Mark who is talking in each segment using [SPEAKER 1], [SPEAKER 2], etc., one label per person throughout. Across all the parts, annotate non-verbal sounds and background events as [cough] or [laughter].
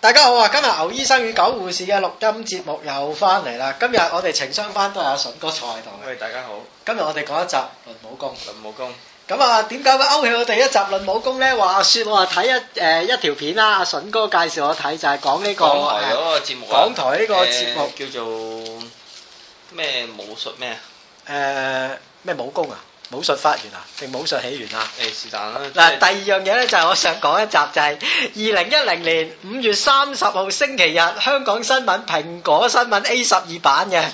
[SPEAKER 1] 大家好啊！今日牛醫生與狗護士嘅錄音節目又翻嚟啦。今日我哋情商翻都係阿筍哥坐喺度嘅。
[SPEAKER 2] 喂，大家好，
[SPEAKER 1] 今日我哋講一集論武功。
[SPEAKER 2] 林武功，
[SPEAKER 1] 咁啊，點解會勾起我哋一集論武功咧？話説我啊睇一誒、一條片啦，阿筍哥介紹我睇就係講呢個
[SPEAKER 2] 港
[SPEAKER 1] 誒
[SPEAKER 2] 台嗰個節目啊，
[SPEAKER 1] 港台呢個節目
[SPEAKER 2] 誒叫做咩武術咩啊？
[SPEAKER 1] 誒咩武功啊，武術發源啊，定武術起源啊？
[SPEAKER 2] 誒是但啦，
[SPEAKER 1] 嗱，
[SPEAKER 2] 即係
[SPEAKER 1] 第二樣嘢咧就係我想講一集就係二零一零年五月三十號星期日香港新聞蘋果新聞 A 十二版嘅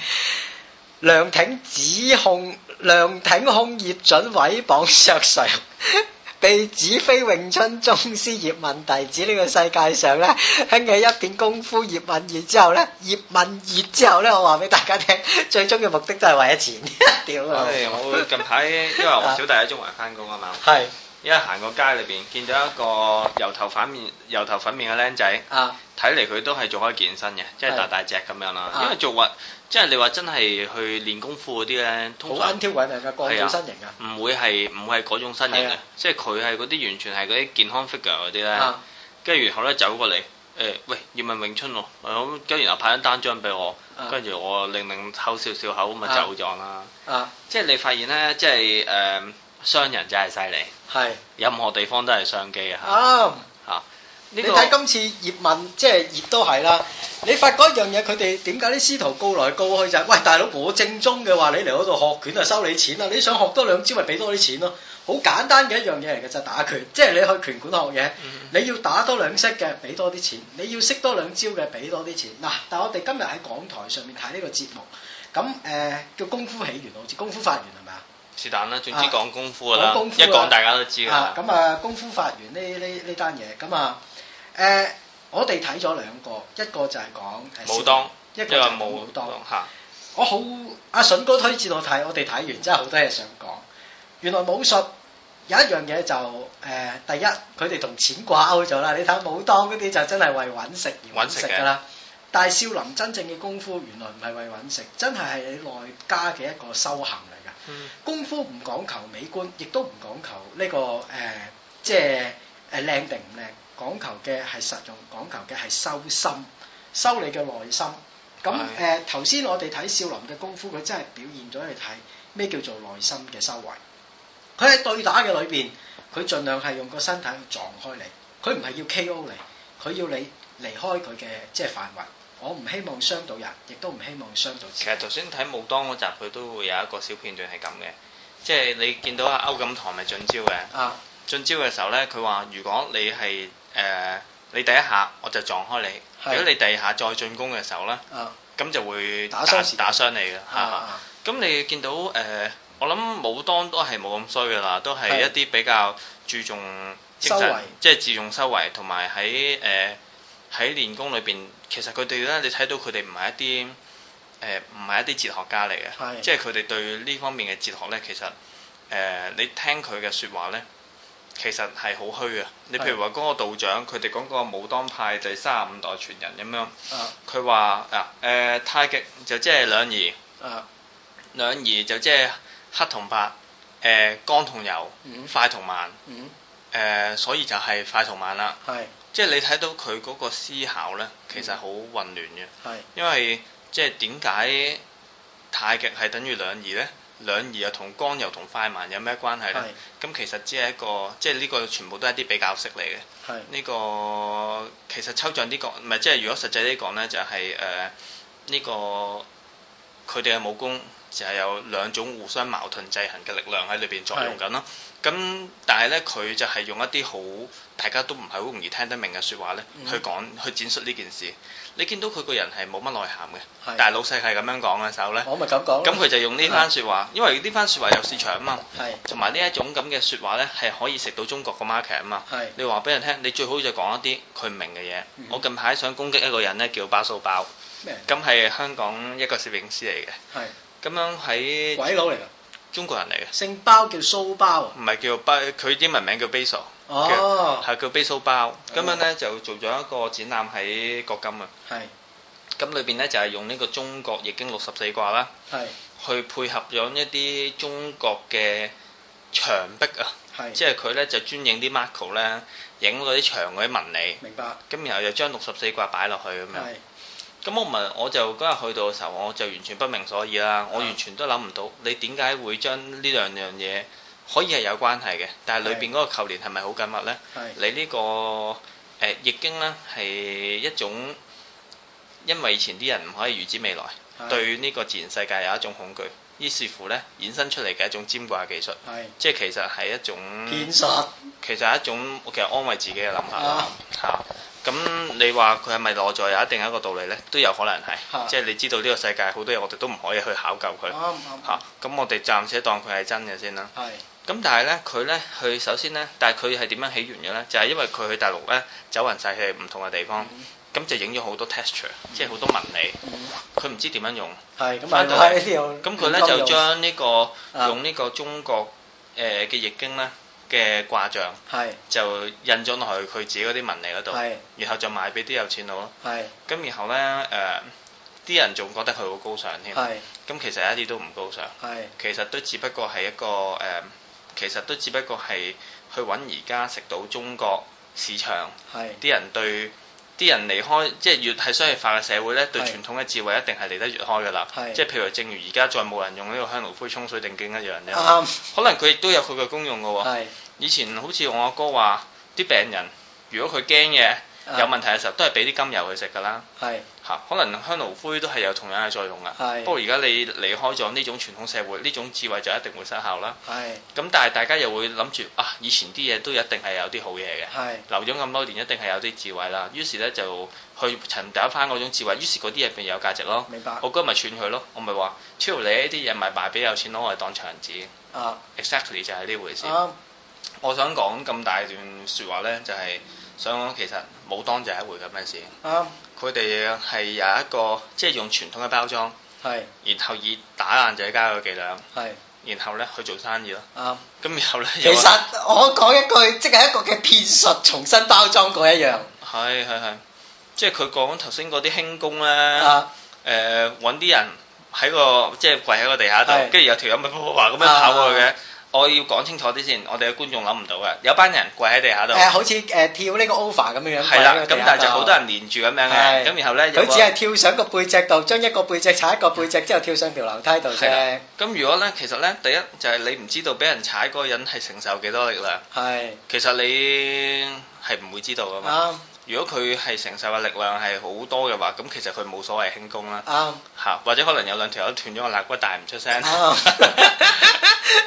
[SPEAKER 1] 梁挺指控梁挺控葉準毀謗削誰。 [laughs] 被指非詠春宗師葉問弟子呢個世界上咧興起一片功夫葉問熱之後咧，葉問熱之後咧，我話俾大家聽，最終嘅目的都係為咗錢， [laughs] 屌啊！
[SPEAKER 2] 唉我近排因為我小弟喺中環翻工啊嘛，
[SPEAKER 1] 係
[SPEAKER 2] 一行個街裏邊見到一個油頭反面、油頭粉面嘅僆仔，
[SPEAKER 1] 啊
[SPEAKER 2] 睇嚟佢都係做開健身嘅，即係
[SPEAKER 1] 係
[SPEAKER 2] 大大隻咁樣啦。
[SPEAKER 1] 啊
[SPEAKER 2] 因為做運，即係你話真係去練功夫嗰啲咧，
[SPEAKER 1] 好
[SPEAKER 2] 通常
[SPEAKER 1] 撚挑鬼命嘅降
[SPEAKER 2] 係
[SPEAKER 1] 到
[SPEAKER 2] 啊
[SPEAKER 1] 身形啊！
[SPEAKER 2] 唔會係唔會係嗰種身形
[SPEAKER 1] 係
[SPEAKER 2] 嘅
[SPEAKER 1] 啊，
[SPEAKER 2] 即係佢係嗰啲完全係嗰啲健康 figure 嗰啲咧。
[SPEAKER 1] 啊
[SPEAKER 2] 跟住然後咧走過嚟，誒、喂，葉問詠春喎，咁跟住然後派張單張俾我，
[SPEAKER 1] 啊
[SPEAKER 2] 跟住我令令口笑笑口咁咪
[SPEAKER 1] 啊
[SPEAKER 2] 走咗啦。
[SPEAKER 1] 啊！
[SPEAKER 2] 即係你發現咧，即係誒、商人真係犀利，
[SPEAKER 1] 係
[SPEAKER 2] 任何地方都係商機嘅嚇。
[SPEAKER 1] 啱。
[SPEAKER 2] 啊呢、
[SPEAKER 1] 啊你
[SPEAKER 2] 個
[SPEAKER 1] 睇今次葉問即係葉都係啦，你發覺一樣嘢，佢哋點解啲師徒告來告去就係、喂大佬，我正宗嘅話，你嚟我度學拳就收你錢啦，你想學多兩招咪俾多啲錢咯，好簡單嘅一樣嘢嚟嘅就係打拳，即係你去拳館學嘢，
[SPEAKER 2] 嗯
[SPEAKER 1] 你要打多兩式嘅俾多啲錢，你要識多兩招嘅俾多啲錢。嗱，但係我哋今日喺港台上面睇呢個節目，咁誒、呃叫功夫起源好似功夫發源係咪啊？
[SPEAKER 2] 是但啦，總之
[SPEAKER 1] 啊
[SPEAKER 2] 講功夫㗎啦
[SPEAKER 1] 講，功夫
[SPEAKER 2] 一
[SPEAKER 1] 啦
[SPEAKER 2] 講大家都知㗎
[SPEAKER 1] 啊
[SPEAKER 2] 啦，。
[SPEAKER 1] 咁啊，功夫發源呢呢呢單嘢，咁啊，誒，我哋睇咗兩個，一個就係講誒
[SPEAKER 2] 武當，
[SPEAKER 1] 一個
[SPEAKER 2] 因
[SPEAKER 1] 就
[SPEAKER 2] 為
[SPEAKER 1] 係武
[SPEAKER 2] 武
[SPEAKER 1] 當。
[SPEAKER 2] 當嚇，
[SPEAKER 1] 我好阿筍哥推薦我睇，我哋睇完真係好多嘢想講。原來武術有一樣嘢就誒、第一佢哋同錢掛鈎咗啦。你睇武當嗰啲就真係為揾食而揾食㗎啦。但係少林真正嘅功夫原來唔係為揾食，真係係你內家嘅一個修行嚟㗎。
[SPEAKER 2] 嗯
[SPEAKER 1] 功夫唔講求美觀，亦都唔講求呢、個誒、即係誒靚定唔靚，講求嘅係實用，講求嘅係修心，修你嘅內心。咁
[SPEAKER 2] 係
[SPEAKER 1] 誒頭先我哋睇少林嘅功夫，佢真係表現咗你睇咩叫做內心嘅修為。佢喺對打嘅裏邊，佢盡量係用個身體去撞開你，佢唔係要 K.O. 你，佢要你離開佢嘅即係範圍。我唔希望傷到人，亦都唔希望傷到自
[SPEAKER 2] 其
[SPEAKER 1] 己。
[SPEAKER 2] 實頭先睇武當嗰集，佢都會有一個小片段係咁嘅，即係你見到阿歐錦棠咪進招嘅。
[SPEAKER 1] 啊，
[SPEAKER 2] 進招嘅時候咧，佢話如果你係誒、呃你第一下我就撞開你，
[SPEAKER 1] 係
[SPEAKER 2] 如果你第二下再進攻嘅時候咧，
[SPEAKER 1] 啊
[SPEAKER 2] 咁就會
[SPEAKER 1] 打傷自己
[SPEAKER 2] 打傷你嘅
[SPEAKER 1] 啊
[SPEAKER 2] 嚇。
[SPEAKER 1] 啊！
[SPEAKER 2] 咁、你見到誒、呃我諗武當都係冇咁衰噶啦，都係
[SPEAKER 1] 係
[SPEAKER 2] 一啲比較注重精
[SPEAKER 1] 修
[SPEAKER 2] 神
[SPEAKER 1] 為，
[SPEAKER 2] 即係注重修為，同埋喺誒喺練功裏邊，其實佢哋咧，你睇到佢哋唔係一啲誒唔係一啲哲學家嚟嘅。
[SPEAKER 1] 係
[SPEAKER 2] 即係佢哋對呢方面嘅哲學呢，其實誒、呃你聽佢嘅説話呢，其實係好虛嘅。你譬如話嗰個道長，佢哋講嗰個武當派第三十五代傳人咁樣，
[SPEAKER 1] 啊
[SPEAKER 2] 佢話啊誒太極就即係兩儀，
[SPEAKER 1] 啊
[SPEAKER 2] 兩儀就即係黑同白，誒、光同柔，
[SPEAKER 1] 嗯
[SPEAKER 2] 快同慢，誒、
[SPEAKER 1] 嗯
[SPEAKER 2] 所以就係快同慢啦。
[SPEAKER 1] 係
[SPEAKER 2] 即係你睇到佢嗰個思考呢，其實好混亂嘅。
[SPEAKER 1] 係
[SPEAKER 2] 因為即係點解太極係等於兩儀呢？兩儀又同光又同快慢有咩關係呢？
[SPEAKER 1] 係
[SPEAKER 2] 咁其實只係一個，即係呢個全部都係一啲比較式嚟嘅。
[SPEAKER 1] 係
[SPEAKER 2] 呢、個其實抽象啲講，唔係即係如果實際啲講呢，就係誒呃呢個佢哋嘅武功就係有兩種互相矛盾制衡嘅力量喺裏邊作用緊咯。咁但係呢，佢就係用一啲好大家都唔係好容易聽得明嘅説話呢，
[SPEAKER 1] 嗯
[SPEAKER 2] 去講去展述呢件事。你見到佢個人係冇乜內涵嘅，
[SPEAKER 1] 係
[SPEAKER 2] 但係老細係咁樣講嘅時候呢，
[SPEAKER 1] 我咪咁講咯。
[SPEAKER 2] 咁佢就用呢番説話，因為呢番説話有市場啊嘛，
[SPEAKER 1] 係
[SPEAKER 2] 同埋呢一種咁嘅説話呢，係可以食到中國個 market 啊嘛。
[SPEAKER 1] 係
[SPEAKER 2] 你話俾人聽，你最好就講一啲佢唔明嘅嘢。
[SPEAKER 1] 嗯
[SPEAKER 2] 我近排想攻擊一個人呢，叫巴蘇包，
[SPEAKER 1] 咩？
[SPEAKER 2] 咁係香港一個攝影師嚟嘅。
[SPEAKER 1] 係
[SPEAKER 2] 咁樣喺
[SPEAKER 1] 鬼佬嚟㗎，
[SPEAKER 2] 中國人嚟嘅，
[SPEAKER 1] 姓包叫蘇包啊。
[SPEAKER 2] 唔係叫巴，佢英文名叫 Basil，
[SPEAKER 1] 哦，
[SPEAKER 2] 係叫 Basil 包。
[SPEAKER 1] 嗯
[SPEAKER 2] 咁樣呢，就做咗一個展覽喺國金啊。
[SPEAKER 1] 係
[SPEAKER 2] 咁裏邊呢，就係用呢個中國易經六十四卦啦，
[SPEAKER 1] 係
[SPEAKER 2] 去配合咗一啲中國嘅牆壁啊，
[SPEAKER 1] 係
[SPEAKER 2] 即係佢咧就專影啲 Marco 咧影嗰啲牆嗰啲紋理，
[SPEAKER 1] 明白
[SPEAKER 2] 咁然後就將六十四卦擺落去咁樣。
[SPEAKER 1] 係
[SPEAKER 2] 咁我咪我就嗰日去到嘅時候，我就完全不明所以啦，我
[SPEAKER 1] 啊
[SPEAKER 2] 完全都諗唔到你點解會將呢兩樣嘢可以係有關係嘅，但係裏邊嗰個扣連係咪好緊密呢？
[SPEAKER 1] 係
[SPEAKER 2] 你呢、個誒、呃易經呢，係一種，因為以前啲人唔可以預知未來，
[SPEAKER 1] 係
[SPEAKER 2] 對呢個自然世界有一種恐懼，於是乎呢，衍生出嚟嘅一種占卦技術，
[SPEAKER 1] 係
[SPEAKER 2] 即係其實係一種
[SPEAKER 1] 騙術
[SPEAKER 2] 其實係一種其實安慰自己嘅諗法啦
[SPEAKER 1] 啊
[SPEAKER 2] 嚇。咁、你話佢係咪內在有一定一個道理呢？都有可能係，
[SPEAKER 1] 啊哦
[SPEAKER 2] 即係你知道呢個世界好多嘢我哋都唔可以去考究
[SPEAKER 1] 啱
[SPEAKER 2] 佢嚇。
[SPEAKER 1] 啱
[SPEAKER 2] 咁、我哋暫且當佢係真嘅先啦。
[SPEAKER 1] 係
[SPEAKER 2] 咁但係呢，佢呢，佢首先呢，但係佢係點樣起源嘅呢？就係、因為佢去大陸呢，走勻晒佢唔同嘅地方，咁就影咗好多 texture，即係好多紋理，
[SPEAKER 1] 嗯
[SPEAKER 2] 佢唔知點樣用。
[SPEAKER 1] 係咁啊
[SPEAKER 2] 翻到嚟
[SPEAKER 1] 喺呢度
[SPEAKER 2] 咁佢咧
[SPEAKER 1] 亂噏
[SPEAKER 2] 就
[SPEAKER 1] 用
[SPEAKER 2] 將呢、個
[SPEAKER 1] 啊
[SPEAKER 2] 用呢個中國誒嘅易經咧嘅卦象
[SPEAKER 1] 係
[SPEAKER 2] 就印咗落去佢自己嗰啲文理嗰度，
[SPEAKER 1] 係
[SPEAKER 2] 然後就賣俾啲有錢佬咯。
[SPEAKER 1] 係
[SPEAKER 2] 咁然後咧誒，呃啲、人仲覺得佢好高尚添。
[SPEAKER 1] 係
[SPEAKER 2] 咁其實一啲都唔高尚，
[SPEAKER 1] 係
[SPEAKER 2] 其實都只不過係一個誒、呃其實都只不過係去揾而家食到中國市場
[SPEAKER 1] 係
[SPEAKER 2] 啲人對。啲人離開，即係越係商業化嘅社會咧，對
[SPEAKER 1] 係
[SPEAKER 2] 傳統嘅智慧一定係離得越開㗎啦。
[SPEAKER 1] 係
[SPEAKER 2] 即係譬如正如而家再冇人用呢個香爐灰沖水定經一樣啫。
[SPEAKER 1] 啱
[SPEAKER 2] 可能佢亦都有佢嘅功用嘅喎。
[SPEAKER 1] 係
[SPEAKER 2] 以前好似我阿哥話，啲病人如果佢驚嘅
[SPEAKER 1] 啊
[SPEAKER 2] 有問題嘅時候，都係俾啲金油佢食㗎啦。
[SPEAKER 1] 係
[SPEAKER 2] 嚇，可能香爐灰都係有同樣嘅作用㗎。
[SPEAKER 1] 係
[SPEAKER 2] 不過而家你離開咗呢種傳統社會，呢種智慧就一定會失效啦。
[SPEAKER 1] 係
[SPEAKER 2] 咁但係大家又會諗住啊，以前啲嘢都一定係有啲好嘢嘅。
[SPEAKER 1] 係
[SPEAKER 2] 留咗咁多年，一定係有啲智慧啦。於是咧就去尋找翻嗰種智慧，於是嗰啲嘢咪有價值咯。
[SPEAKER 1] 明白
[SPEAKER 2] 我今日咪串佢咯，我咪話超你呢啲嘢咪賣俾有錢佬，我係當牆紙。
[SPEAKER 1] 啊
[SPEAKER 2] exactly 就係呢回事。
[SPEAKER 1] 啱
[SPEAKER 2] 我想講咁大段説話呢，就係、想講其實武當就係一回咁嘅事。
[SPEAKER 1] 啱
[SPEAKER 2] 佢哋係有一個即係用傳統嘅包裝，
[SPEAKER 1] 係
[SPEAKER 2] 然後以打爛仔交嘅伎倆，
[SPEAKER 1] 係
[SPEAKER 2] 然後呢去做生意咯。
[SPEAKER 1] 啱。
[SPEAKER 2] 咁然後呢，
[SPEAKER 1] 其實
[SPEAKER 2] 啊
[SPEAKER 1] 我講一句，即係一個嘅騙術，重新包裝過一樣。
[SPEAKER 2] 係係係，即係佢講頭先嗰啲輕功呢。
[SPEAKER 1] 啊，
[SPEAKER 2] 誒揾啲人喺個即係跪喺個地下度
[SPEAKER 1] 係，啊
[SPEAKER 2] 跟住有條友咪話咁樣跑過去嘅。我要講清楚啲先，我哋嘅觀眾諗唔到嘅，有班人跪喺地下度，
[SPEAKER 1] 誒，好似誒跳呢個 over 咁樣樣。
[SPEAKER 2] 係啦，
[SPEAKER 1] 啊跪喺個
[SPEAKER 2] 咁
[SPEAKER 1] 地下
[SPEAKER 2] 但係
[SPEAKER 1] 度
[SPEAKER 2] 就好多。人連住咁樣嘅，
[SPEAKER 1] 係
[SPEAKER 2] 咁然後咧有
[SPEAKER 1] 啊佢
[SPEAKER 2] 個
[SPEAKER 1] 只係跳上個背脊度，將一個背脊踩一個背脊之後跳上條樓梯度
[SPEAKER 2] 係啦
[SPEAKER 1] 啫。
[SPEAKER 2] 咁如果咧，其實咧第一就係你唔知道俾人踩嗰個人係承受幾多力量，
[SPEAKER 1] 係
[SPEAKER 2] 其實你係唔會知道噶嘛。
[SPEAKER 1] 啱
[SPEAKER 2] 如果佢係承受嘅力量係好多嘅話，咁其實佢冇所謂輕功啦，
[SPEAKER 1] 啱
[SPEAKER 2] 嚇，或者可能有兩條友斷咗個肋骨，但係唔出聲。
[SPEAKER 1] [laughs] 哦啱。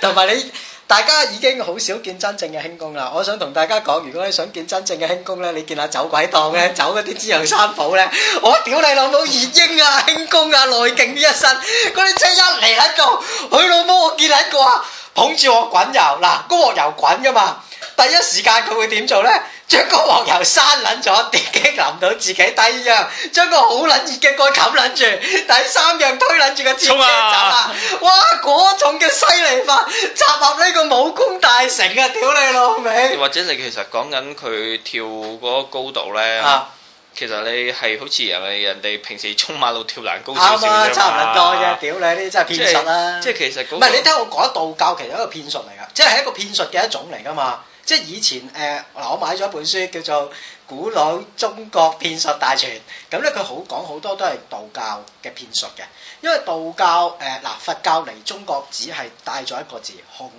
[SPEAKER 1] 同埋你大家已經好少見真正嘅輕功啦。我想同大家講，如果你想見真正嘅輕功咧，你見下走鬼檔
[SPEAKER 2] [laughs]
[SPEAKER 1] 咧，走嗰啲滋陽三寶咧，我屌你老母熱英啊、輕功啊、內勁呢一身，嗰啲車一嚟喺度，佢老母我見喺個啊，捧住我滾油嗱，嗰鑊油滾噶嘛。第一時間佢會點做咧？將個黃油閂撚咗，跌擊淋到自己。第二樣將個好撚熱嘅蓋冚撚住，第三樣推撚住個自車走
[SPEAKER 2] 衝啊
[SPEAKER 1] 啦！ [laughs] 哇，嗰種嘅犀利法，集合呢個武功大成啊！屌你老味！
[SPEAKER 2] [laughs] 或者你其實講緊佢跳嗰個高度咧，
[SPEAKER 1] 啊，
[SPEAKER 2] 其實你係好似人哋人哋平時衝馬路跳欄高少
[SPEAKER 1] 啱
[SPEAKER 2] 少
[SPEAKER 1] 啊，
[SPEAKER 2] 啫
[SPEAKER 1] 差唔
[SPEAKER 2] 嘛
[SPEAKER 1] 多啫！屌你呢啲真係
[SPEAKER 2] 即
[SPEAKER 1] 騙術啦！
[SPEAKER 2] 係即係其實嗰個
[SPEAKER 1] 唔係你聽我講道教其實係一個騙術嚟㗎，即係係一個騙術嘅一種嚟㗎嘛。即係以前誒嗱、我買咗一本書叫做《古老中國騙術大全》，咁咧佢好講好多都係道教嘅騙術嘅，因為道教誒嗱、佛教嚟中國只係帶咗一個字空。誒、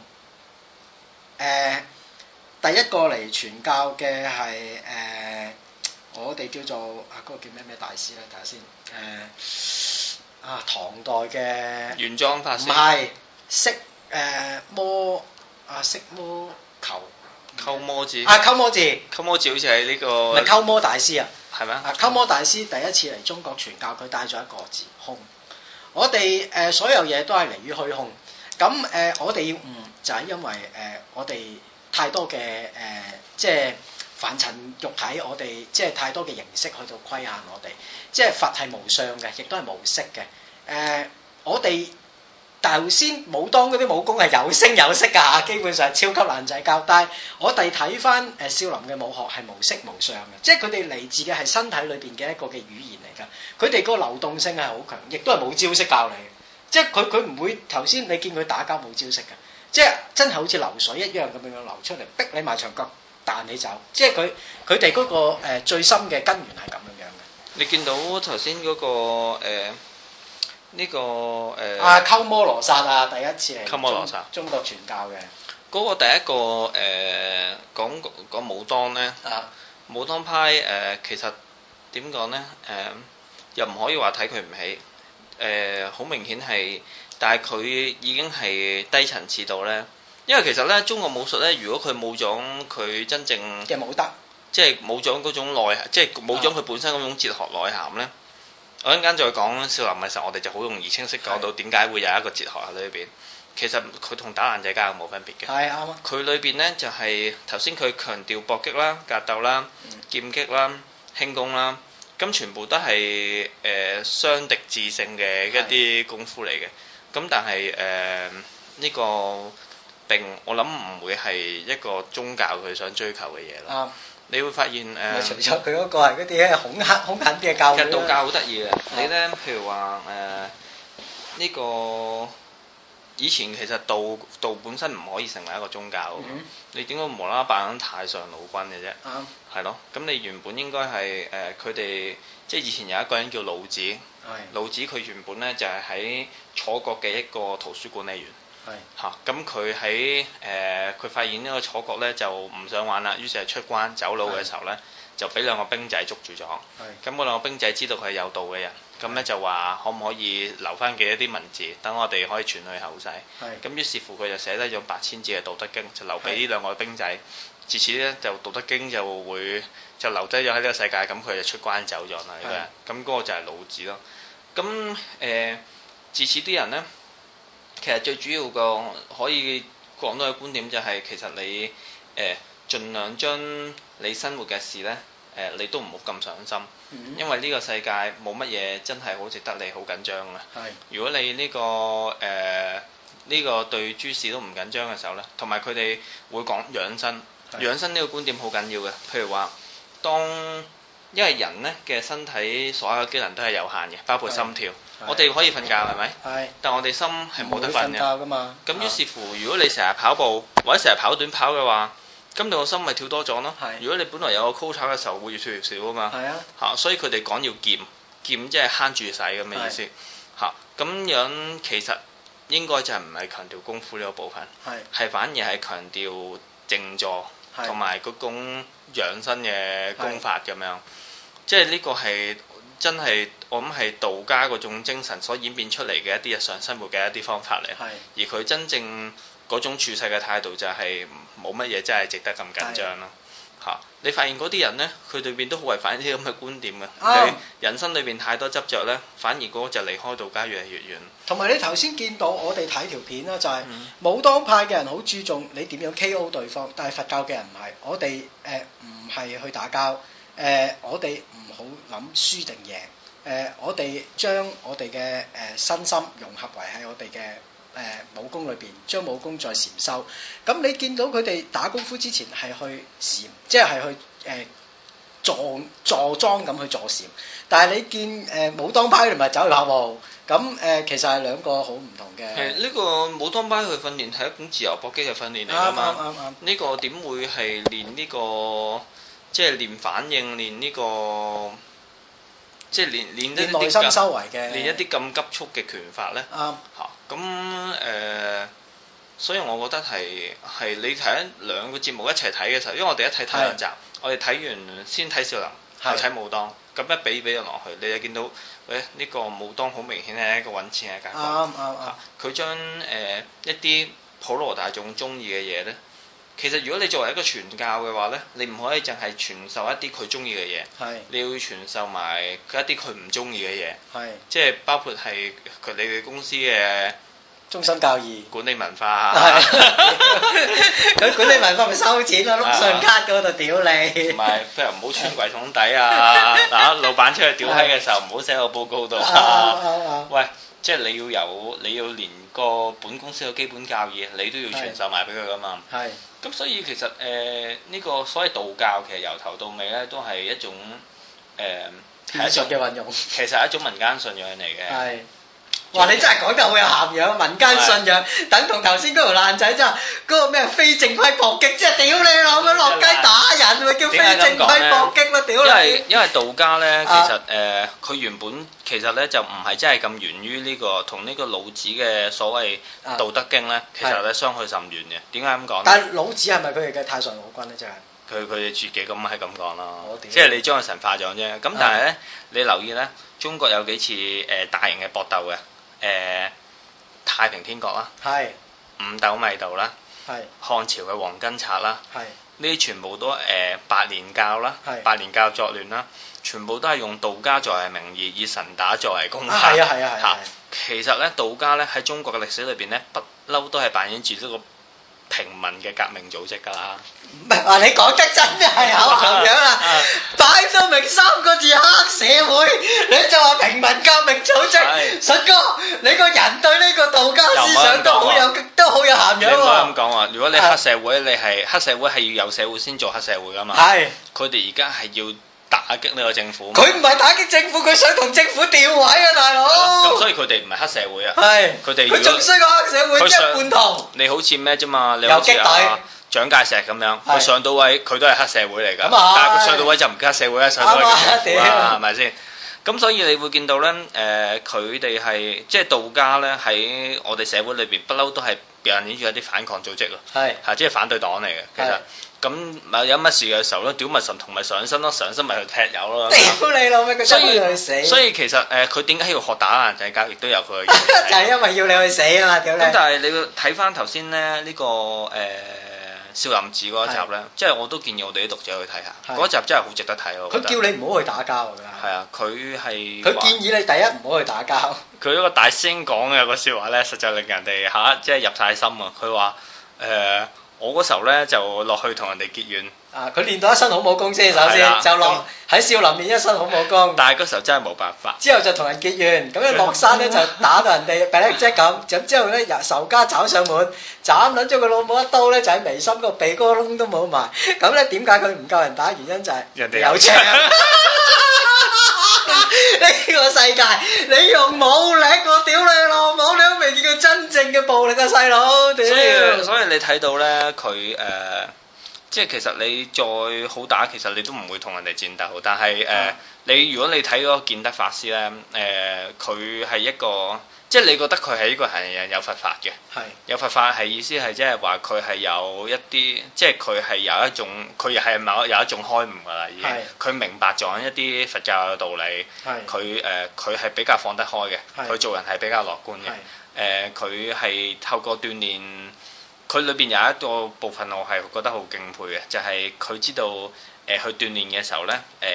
[SPEAKER 1] 第一個嚟傳教嘅係誒我哋叫做啊嗰、個叫咩咩大師咧？睇下先誒、啊唐代嘅。
[SPEAKER 2] 原裝法
[SPEAKER 1] 唔
[SPEAKER 2] 師
[SPEAKER 1] 係識誒魔啊識魔球
[SPEAKER 2] 溝魔字，
[SPEAKER 1] 啊溝魔字，唔
[SPEAKER 2] 溝魔字好似係呢個
[SPEAKER 1] 係溝魔大師啊！
[SPEAKER 2] 係咪
[SPEAKER 1] 啊
[SPEAKER 2] 啊？
[SPEAKER 1] 溝魔大師第一次嚟中國傳教，佢帶咗一個字空。我哋誒、呃所有嘢都係嚟於虛空。咁誒、呃我哋要悟就係、因為誒、呃我哋太多嘅誒、呃即係凡塵肉體，我哋即係太多嘅形式去到規限我哋。即係佛係無相嘅，亦都係無色嘅。誒、呃我哋頭先武當嗰啲武功係有聲有色㗎，基本上超級難仔教。但係我哋睇翻誒少林嘅武學係無色無相嘅，即係佢哋嚟自嘅係身體裏邊嘅一個嘅語言嚟㗎。佢哋個流動性係好強，亦都係冇招式教你嘅，即係佢佢唔會頭先你見佢打交冇招式㗎。即係真係好似流水一樣咁樣流出嚟，逼你埋牆角彈你走。即係佢佢哋嗰個、呃、最深嘅根源係咁樣樣嘅。
[SPEAKER 2] 你見到頭先嗰個呃呢個
[SPEAKER 1] 啊，
[SPEAKER 2] 誒
[SPEAKER 1] 溝摩羅薩啊，第一次嚟
[SPEAKER 2] 鳩摩羅薩
[SPEAKER 1] 中中國傳教嘅
[SPEAKER 2] 嗰個第一個誒講講武當咧，
[SPEAKER 1] 啊，
[SPEAKER 2] 武當派呃誒其實點講咧誒呃又唔可以話睇佢唔起誒，好明顯係，但係佢已經係低層次到咧。因為其實咧，中國武術咧，如果佢冇咗佢真正
[SPEAKER 1] 嘅武德
[SPEAKER 2] 即係冇咗嗰種內，即係冇咗佢本身嗰種哲學內涵咧。我一陣間再講少林嘅時候，我哋就好容易清晰講到點解會有一個哲學喺裏邊。其實佢同打爛仔交冇分別嘅。
[SPEAKER 1] 係啱啊，
[SPEAKER 2] 佢裏邊咧就係頭先佢強調搏擊啦、格鬥啦
[SPEAKER 1] 嗯、
[SPEAKER 2] 劍擊啦、輕功啦，咁全部都係誒、呃相敵致勝嘅一啲功夫嚟嘅。咁但係誒呢個並我諗唔會係一個宗教佢想追求嘅嘢咯。
[SPEAKER 1] 啱。
[SPEAKER 2] 你會發現誒。
[SPEAKER 1] 咪
[SPEAKER 2] 呃
[SPEAKER 1] 除咗佢嗰個啊係嗰啲恐嚇恐嚇啲嘅教
[SPEAKER 2] 其
[SPEAKER 1] 會
[SPEAKER 2] 實道
[SPEAKER 1] 啦
[SPEAKER 2] 教好得意
[SPEAKER 1] 啊
[SPEAKER 2] 嘅，你咧譬如話誒呢個以前其實道道本身唔可以成為一個宗教嘅，
[SPEAKER 1] 嗯
[SPEAKER 2] 你點解無啦啦扮太上老君嘅啫？
[SPEAKER 1] 啱
[SPEAKER 2] 係咯，咁你原本應該係誒呃佢哋即係以前有一個人叫老子，
[SPEAKER 1] 係
[SPEAKER 2] 老子佢原本咧就係喺楚國嘅一個圖書管理員。
[SPEAKER 1] 係
[SPEAKER 2] 嚇，咁佢喺誒佢發現呢個楚國咧就唔想玩啦，於是係出關走佬嘅時候咧，就俾兩個兵仔捉住咗。咁嗰兩個兵仔知道佢係有道嘅人，咁咧就話可唔可以留翻幾一啲文字，等我哋可以傳去後世。
[SPEAKER 1] 係
[SPEAKER 2] 咁於是乎佢就寫低咗八千字嘅《道德經》，就留俾呢兩個兵仔。自此咧就《道德經》就會就留低咗喺呢個世界，咁佢就出關走咗啦。呢個人咁嗰個就係老子咯。咁誒、呃自此啲人咧，其實最主要個可以講到嘅觀點就係、其實你誒、呃、盡量將你生活嘅事咧。誒、你都唔好咁上心，
[SPEAKER 1] 嗯
[SPEAKER 2] 因為呢個世界冇乜嘢真係好值得你好緊張嘅。
[SPEAKER 1] 係
[SPEAKER 2] 如果你呢、個誒呢、個對諸事都唔緊張嘅時候咧，同埋佢哋會講養生，
[SPEAKER 1] 係
[SPEAKER 2] 養生呢個觀點好緊要嘅。譬如話，當因為人咧嘅身體所有機能都係有限嘅，包括心跳。我哋可以瞓覺係咪？
[SPEAKER 1] 係
[SPEAKER 2] 但我哋心係冇得瞓啊
[SPEAKER 1] 瞓
[SPEAKER 2] 嘅
[SPEAKER 1] 覺。㗎嘛，
[SPEAKER 2] 咁於是乎，如果你成日跑步或者成日跑短跑嘅話，咁你個心咪跳多咗咯
[SPEAKER 1] 係。
[SPEAKER 2] 如果你本來有個 quota 嘅時候，會越跳越少啊嘛。
[SPEAKER 1] 係啊
[SPEAKER 2] 嚇、所以佢哋講要劍，劍即係慳住使咁嘅意思嚇。咁、樣其實應該就係唔係強調功夫呢個部分，
[SPEAKER 1] 係
[SPEAKER 2] 係反而係強調靜坐
[SPEAKER 1] 係
[SPEAKER 2] 同埋嗰種養生嘅功法咁樣。即係呢個係真係我諗係道家嗰種精神所演變出嚟嘅一啲日常生活嘅一啲方法嚟。
[SPEAKER 1] 係
[SPEAKER 2] 而佢真正嗰種處世嘅態度就係冇乜嘢真係值得咁緊張咯。嚇！你發現嗰啲人呢，佢裏邊都好違反呢啲咁嘅觀點嘅。
[SPEAKER 1] 啱
[SPEAKER 2] 你人生裏邊太多執着呢，反而嗰個就離開道家越嚟越遠。
[SPEAKER 1] 同埋你頭先見到我哋睇條片啦，就係、
[SPEAKER 2] 嗯
[SPEAKER 1] 武當派嘅人好注重你點樣 K.O. 對方，但係佛教嘅人唔係，我哋誒唔係去打交，誒、呃我哋唔好諗輸定贏，誒、呃我哋將我哋嘅誒身心融合為喺我哋嘅。誒、武功裏邊將武功再禪修，咁你見到佢哋打功夫之前係去禪，即係去誒、坐坐莊咁去坐禪，但係你見誒、武當派同埋走去跑步，咁誒、呃其實係兩個好唔同嘅。
[SPEAKER 2] 誒，呢個武當班佢訓練係一種自由搏擊嘅訓練嚟
[SPEAKER 1] 啱
[SPEAKER 2] 㗎啊嘛。
[SPEAKER 1] 啊啱啱啱，
[SPEAKER 2] 呢個點會係練呢、個，即係練反應，練呢、個，即係練練
[SPEAKER 1] 練
[SPEAKER 2] 一
[SPEAKER 1] 內
[SPEAKER 2] 啲
[SPEAKER 1] 心
[SPEAKER 2] 咁
[SPEAKER 1] 修為嘅，
[SPEAKER 2] 練一啲咁急促嘅拳法呢。
[SPEAKER 1] 啱
[SPEAKER 2] 嚇，咁誒、呃所以我覺得係係你睇兩個節目一齊睇嘅時候，因為我哋一睇睇兩集，我哋睇完先睇少林，後
[SPEAKER 1] 係
[SPEAKER 2] 睇武當，咁一比比咗落去，你就見到喂呢、個武當好明顯係一個揾錢嘅格局，
[SPEAKER 1] 啱啱啱
[SPEAKER 2] 嚇，佢將誒一啲普羅大眾中意嘅嘢呢。其實如果你作為一個傳教嘅話呢，你唔可以淨係傳授一啲佢中意嘅嘢，
[SPEAKER 1] 係
[SPEAKER 2] 你要傳授埋一啲佢唔中意嘅嘢，
[SPEAKER 1] 係
[SPEAKER 2] [laughs] 即係包括係佢你哋公司嘅。
[SPEAKER 1] 中心教義。
[SPEAKER 2] 管理文化，
[SPEAKER 1] 係佢管理文化咪收錢咯，碌信用卡嗰度屌
[SPEAKER 2] 同
[SPEAKER 1] 你。
[SPEAKER 2] 埋譬如唔好穿櫃桶底啊！嗱，老闆出去屌閪嘅時候，唔好寫個報告度啊！
[SPEAKER 1] 啱啱
[SPEAKER 2] 喂，即係你要有，你要連個本公司嘅基本教義，你都要傳授埋俾佢噶嘛。
[SPEAKER 1] 啱，係
[SPEAKER 2] 咁所以其實誒呢、個所謂道教，其實由頭到尾咧都係一種誒
[SPEAKER 1] 技
[SPEAKER 2] 係、一種
[SPEAKER 1] 術嘅運用，
[SPEAKER 2] 其實係一種民間信仰嚟嘅。
[SPEAKER 1] 係哇！你真係講得好有涵養，民間信仰等同頭先嗰條爛仔真係嗰個咩非正規搏擊，即係屌你老母落街打人，咪叫非正規搏擊咯，屌
[SPEAKER 2] 因
[SPEAKER 1] 你
[SPEAKER 2] 為！因為道家咧，其
[SPEAKER 1] 啊
[SPEAKER 2] 實誒佢、原本其實咧就唔係真係咁源於呢、個同呢個老子嘅所謂
[SPEAKER 1] 啊
[SPEAKER 2] 《道德經》咧，其實咧相去甚遠嘅。點解咁講呢
[SPEAKER 1] 但係老子係咪佢哋嘅太上老君咧？真係哦
[SPEAKER 2] 佢佢哋自己咁係咁講啦
[SPEAKER 1] 我，屌
[SPEAKER 2] 即係你將佢神化咗啫。
[SPEAKER 1] 啊
[SPEAKER 2] 咁但係咧，你留意咧，中國有幾次誒、大型嘅搏鬥嘅誒、太平天國啦、
[SPEAKER 1] 係
[SPEAKER 2] 五斗米道啦、
[SPEAKER 1] 係
[SPEAKER 2] 漢朝嘅黃巾賊啦。
[SPEAKER 1] 係
[SPEAKER 2] 呢啲全部都誒、呃白蓮教啦
[SPEAKER 1] 係，
[SPEAKER 2] 白蓮教作亂啦，全部都係用道家作為名義，以神打作為工
[SPEAKER 1] 啊
[SPEAKER 2] 法。
[SPEAKER 1] 係啊係啊係
[SPEAKER 2] 嚇
[SPEAKER 1] 啊！
[SPEAKER 2] 其實咧，道家咧喺中國嘅歷史裏邊咧，不嬲都係扮演住呢個平民嘅革命組織㗎啦。
[SPEAKER 1] 唔係話你講得真係有涵養啦
[SPEAKER 2] 啊，
[SPEAKER 1] 擺到明三個字黑社會，你就話平民革命組織，
[SPEAKER 2] 係
[SPEAKER 1] 信哥，你個人對呢個道家思想都好有都好有涵
[SPEAKER 2] 你
[SPEAKER 1] 養
[SPEAKER 2] 唔好咁
[SPEAKER 1] 喎。
[SPEAKER 2] 講啊！如果你
[SPEAKER 1] 啊啊
[SPEAKER 2] 黑社會，你係黑社會係要有社會先做黑社會㗎嘛。
[SPEAKER 1] 係，
[SPEAKER 2] 佢哋而家係要打擊呢個政府嘛。
[SPEAKER 1] 佢唔係打擊政府，佢想同政府調位啊，大佬。
[SPEAKER 2] 咁所以佢哋唔係黑社會啊。
[SPEAKER 1] 係，
[SPEAKER 2] 佢哋如果
[SPEAKER 1] 佢仲衰過黑社會
[SPEAKER 2] 佢上
[SPEAKER 1] 一半堂。
[SPEAKER 2] 你好似咩啫嘛？你好似
[SPEAKER 1] 游擊
[SPEAKER 2] 啊
[SPEAKER 1] 隊
[SPEAKER 2] 蔣介石咁樣，
[SPEAKER 1] 係
[SPEAKER 2] 佢上到位佢都係黑社會嚟㗎，
[SPEAKER 1] 咁啊
[SPEAKER 2] 但係佢上到位就唔黑社會啦，上到位
[SPEAKER 1] 啱啊
[SPEAKER 2] 就政府啦，
[SPEAKER 1] 屌
[SPEAKER 2] 係咪先？咁所以你會見到咧，誒佢哋係即係道家咧喺我哋社會裏邊不嬲都係扮演住一啲反抗組織咯，
[SPEAKER 1] 係
[SPEAKER 2] 係即係反對黨嚟嘅。其實
[SPEAKER 1] 係
[SPEAKER 2] 咁咪有乜事嘅時候咧，屌咪神同咪上身咯，上身咪去踢友咯。
[SPEAKER 1] 屌 [laughs] 你老味，佢
[SPEAKER 2] 所
[SPEAKER 1] 想要你
[SPEAKER 2] 以
[SPEAKER 1] 死，
[SPEAKER 2] 所以其實誒佢點解要學打爛仔交，亦都有佢嘅原
[SPEAKER 1] [laughs]
[SPEAKER 2] 因
[SPEAKER 1] 就係因為要你去死啊嘛，屌你
[SPEAKER 2] 咁。但係你要睇翻頭先咧呢個誒少林寺嗰一集咧，即係我都建議我哋啲讀者去睇下，
[SPEAKER 1] 係
[SPEAKER 2] 嗰一集真係好值得睇咯。我
[SPEAKER 1] 佢
[SPEAKER 2] 覺得
[SPEAKER 1] 叫你唔好去打交㗎啦。
[SPEAKER 2] 係啊，佢係
[SPEAKER 1] 佢
[SPEAKER 2] 話
[SPEAKER 1] 建議你第一唔好去打交，
[SPEAKER 2] 佢嗰個大師兄講嘅個説話咧，實在令人哋嚇、即係入晒心啊！佢話誒我嗰時候咧就落去同人哋結怨，
[SPEAKER 1] 啊！佢練到一身好武功先，首
[SPEAKER 2] 係
[SPEAKER 1] 先
[SPEAKER 2] 啦
[SPEAKER 1] 就落喺少林練一身好武功，
[SPEAKER 2] 但係嗰時候真係冇辦法。
[SPEAKER 1] 之後就同人結怨，咁樣落山咧就打到人哋 black 啫咁，咁之後咧由仇家找上門，斬撚咗佢老母一刀咧就喺眉心個鼻哥窿都冇埋，咁咧點解佢唔夠人打？原因就係
[SPEAKER 2] 人哋有
[SPEAKER 1] 有槍。 [laughs] 呢個世界，你用武力，我屌你老母，你都未見過真正嘅暴力嘅細佬，屌！[laughs]
[SPEAKER 2] 所以所以你睇到咧佢誒。即係其實你再好打，其實你都唔會同人哋戰鬥。但係誒、
[SPEAKER 1] 啊
[SPEAKER 2] 你如果你睇嗰個建德法師咧，誒佢係一個，即係你覺得佢係一個係有佛法嘅，
[SPEAKER 1] 係
[SPEAKER 2] 有佛法係意思係即係話佢係有一啲，即係佢係有一種，佢又係某有一種開悟㗎啦，已經
[SPEAKER 1] 係
[SPEAKER 2] 佢明白咗一啲佛教嘅道理，
[SPEAKER 1] 係
[SPEAKER 2] 佢誒呃佢係比較放得開嘅，
[SPEAKER 1] 係
[SPEAKER 2] 佢做人係比較樂觀嘅。
[SPEAKER 1] 係。
[SPEAKER 2] 誒呃佢係透過鍛鍊，佢裏邊有一個部分我係覺得好敬佩嘅，就係、佢知道誒、去鍛鍊嘅時候咧，誒、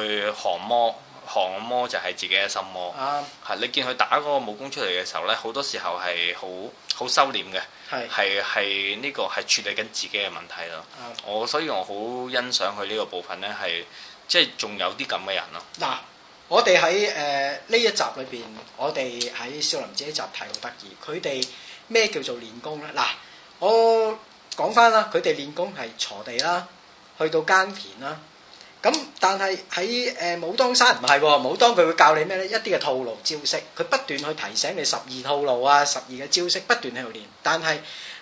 [SPEAKER 2] 去降魔，降魔就係自己嘅心魔。
[SPEAKER 1] 啱，
[SPEAKER 2] 係你見佢打嗰個武功出嚟嘅時候咧，好多時候係好好收斂嘅，
[SPEAKER 1] 係
[SPEAKER 2] 係係呢個係處理緊自己嘅問題咯。
[SPEAKER 1] 啱。
[SPEAKER 2] 我所以我好欣賞佢呢個部分咧，係即係仲有啲咁嘅人咯。
[SPEAKER 1] 嗱，我哋喺誒呃呢一集裏邊，我哋喺呃少林寺呢集睇好得意，佢哋咩叫做練功咧？嗱，我講翻啦，佢哋練功係坐地啦，去到耕田啦。咁但係喺誒武當山唔係喎，武當佢會教你咩咧？一啲嘅套路招式，佢不斷去提醒你十二套路啊，十二嘅招式不斷喺度練。但係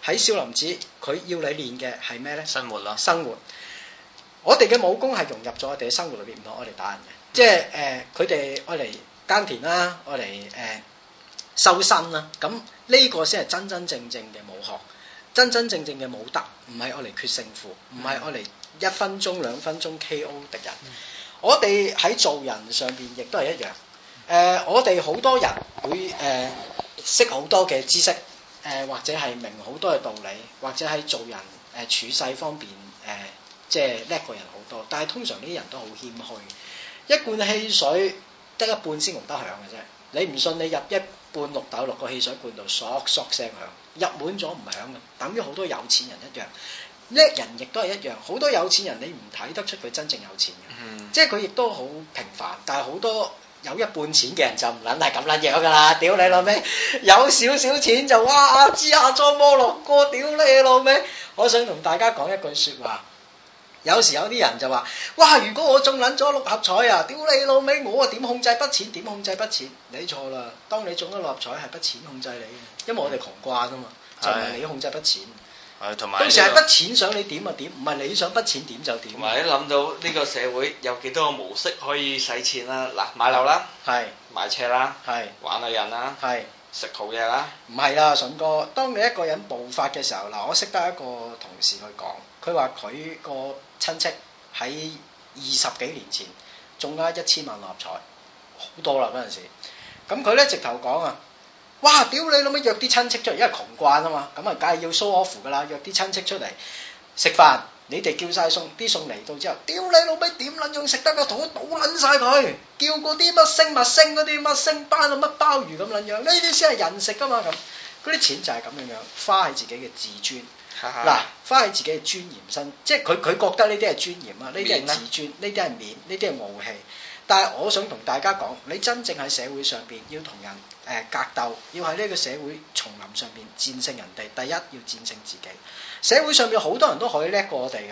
[SPEAKER 1] 喺少林寺，佢要你練嘅係咩咧？
[SPEAKER 2] 生活啦，
[SPEAKER 1] 生活。我哋嘅武功係融入咗我哋嘅生活裏邊，唔同我哋打人嘅，即係誒佢哋愛嚟耕田啦，愛嚟誒修身啦，咁呢個先係真真正正嘅武學，真真正正嘅武德，唔係愛嚟決勝負，唔係愛嚟一分鐘兩分鐘 K.O. 敵人。我哋喺做人上邊亦都係一樣。誒、我哋好多人會誒、識好多嘅知識，誒、或者係明好多嘅道理，或者喺做人誒、處世方面誒、即係叻過人好多。但係通常呢啲人都好謙虛，一罐汽水得一半先溶得響嘅啫。你唔信，你入一半綠豆落個汽水罐度，索索聲響，入滿咗唔響嘅，等於好多有錢人一樣。叻人亦都係一樣，好多有錢人你唔睇得出佢真正有錢嘅。
[SPEAKER 2] 嗯，
[SPEAKER 1] 即係佢亦都好平凡，但係好多有一半錢嘅人就唔撚係咁撚樣㗎啦，屌你老味！有少少錢就啊哇阿支阿裝摩洛哥，屌你老味！我想同大家講一句説話，有時有啲人就話：哇！如果我中撚咗六合彩啊，屌你老味，我啊點控制筆錢？點控制筆錢？你錯啦！當你中咗六合彩係筆錢控制你嘅，因為我哋窮掛噶嘛，就唔係你控制筆錢。
[SPEAKER 2] 係嗯同埋
[SPEAKER 1] 到時係筆錢想你點就點，唔係你想筆錢點就點。
[SPEAKER 3] 同埋一諗到呢個社會有幾多個模式可以使錢啦，嗱買樓啦，
[SPEAKER 1] 係
[SPEAKER 3] 買車啦，
[SPEAKER 1] 係
[SPEAKER 3] 玩女人啦，
[SPEAKER 1] 係。
[SPEAKER 3] 食好嘢啦，
[SPEAKER 1] 唔係啦，筍哥，當你一個人暴發嘅時候，嗱，我識得一個同事去講，佢話佢個親戚喺二十幾年前中咗一千萬六合彩，好多啦嗰陣時。咁佢咧直頭講啊，哇！屌你老味，約啲親戚出嚟，因為窮慣啊嘛，咁啊，梗係要 show off 噶啦，約啲親戚出嚟食飯，你哋叫晒餸，啲餸嚟到之後，屌你老味點撚樣食得個肚倒撚晒佢，叫嗰啲乜星乜星嗰啲乜星斑啊乜鮑魚咁撚樣，呢啲先係人食噶嘛咁，嗰啲錢就係咁樣樣花喺自己嘅自尊。
[SPEAKER 2] 啊
[SPEAKER 3] 哈哈
[SPEAKER 1] 嗱，花喺自己嘅尊嚴身，即係佢佢覺得呢啲係尊嚴啊，呢啲係自尊，呢啲係面，呢啲係傲氣。但係我想同大家講，你真正喺社會上邊要同人誒、呃格鬥，要喺呢個社會叢林上邊戰勝人哋，第一要戰勝自己。社會上邊好多人都可以叻過我哋嘅。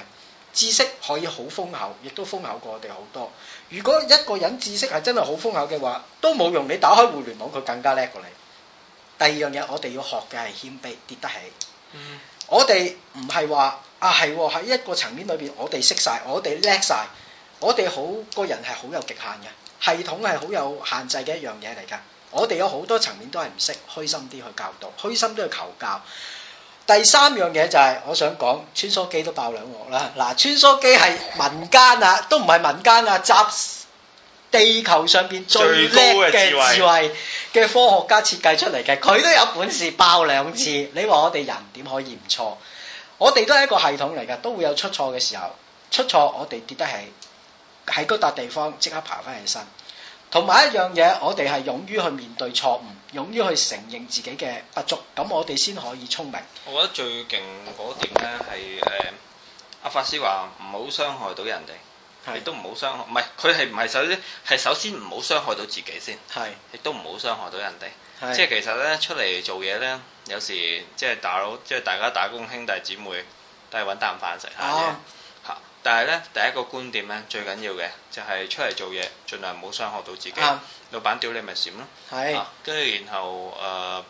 [SPEAKER 1] 知識可以好豐厚，亦都豐厚過我哋好多。如果一個人知識係真係好豐厚嘅話，都冇用。你打開互聯網，佢更加叻過你。第二樣嘢，我哋要學嘅係謙卑，跌得起。
[SPEAKER 3] 嗯
[SPEAKER 1] 我哋唔係話啊係喎喺一個層面裏邊，我哋識晒，我哋叻晒，我哋好個人係好有極限嘅，系統係好有限制嘅一樣嘢嚟㗎。我哋有好多層面都係唔識，虛心啲去教導，虛心都去求教。第三樣嘢就係、我想講穿梭機都爆兩鑊啦。嗱，穿梭機係民間啊，都唔係民間啊，集地球上邊最叻
[SPEAKER 2] 最高嘅
[SPEAKER 1] 嘅
[SPEAKER 2] 智慧
[SPEAKER 1] 智慧嘅科學家設計出嚟嘅，佢都有本事爆兩次。你話我哋人點可以唔錯？我哋都係一個系統嚟㗎，都會有出錯嘅時候。出錯我哋跌得起，喺嗰笪地方即刻爬翻起身。同埋一樣嘢，我哋係勇於去面對錯誤，勇於去承認自己嘅不足，咁我哋先可以聰明。
[SPEAKER 2] 我覺得最勁嗰點咧係誒阿法師話唔好傷害到人哋，
[SPEAKER 1] 係
[SPEAKER 2] 亦都唔好傷害，唔係佢係唔係首先係首先唔好傷害到自己先，
[SPEAKER 1] 係
[SPEAKER 2] 亦都唔好傷害到人哋。即
[SPEAKER 1] 係
[SPEAKER 2] 係其實咧出嚟做嘢咧，有時即係大佬，即係大家打工兄弟姊妹都係揾啖飯食下啫
[SPEAKER 1] 啊。
[SPEAKER 2] 嚇但係咧，第一個觀點咧，最緊要嘅就係出嚟做嘢，盡量唔好傷害到自己。
[SPEAKER 1] 啱
[SPEAKER 2] 老闆屌你咪閃咯，
[SPEAKER 1] 啊係
[SPEAKER 2] 啊跟住然後誒、呃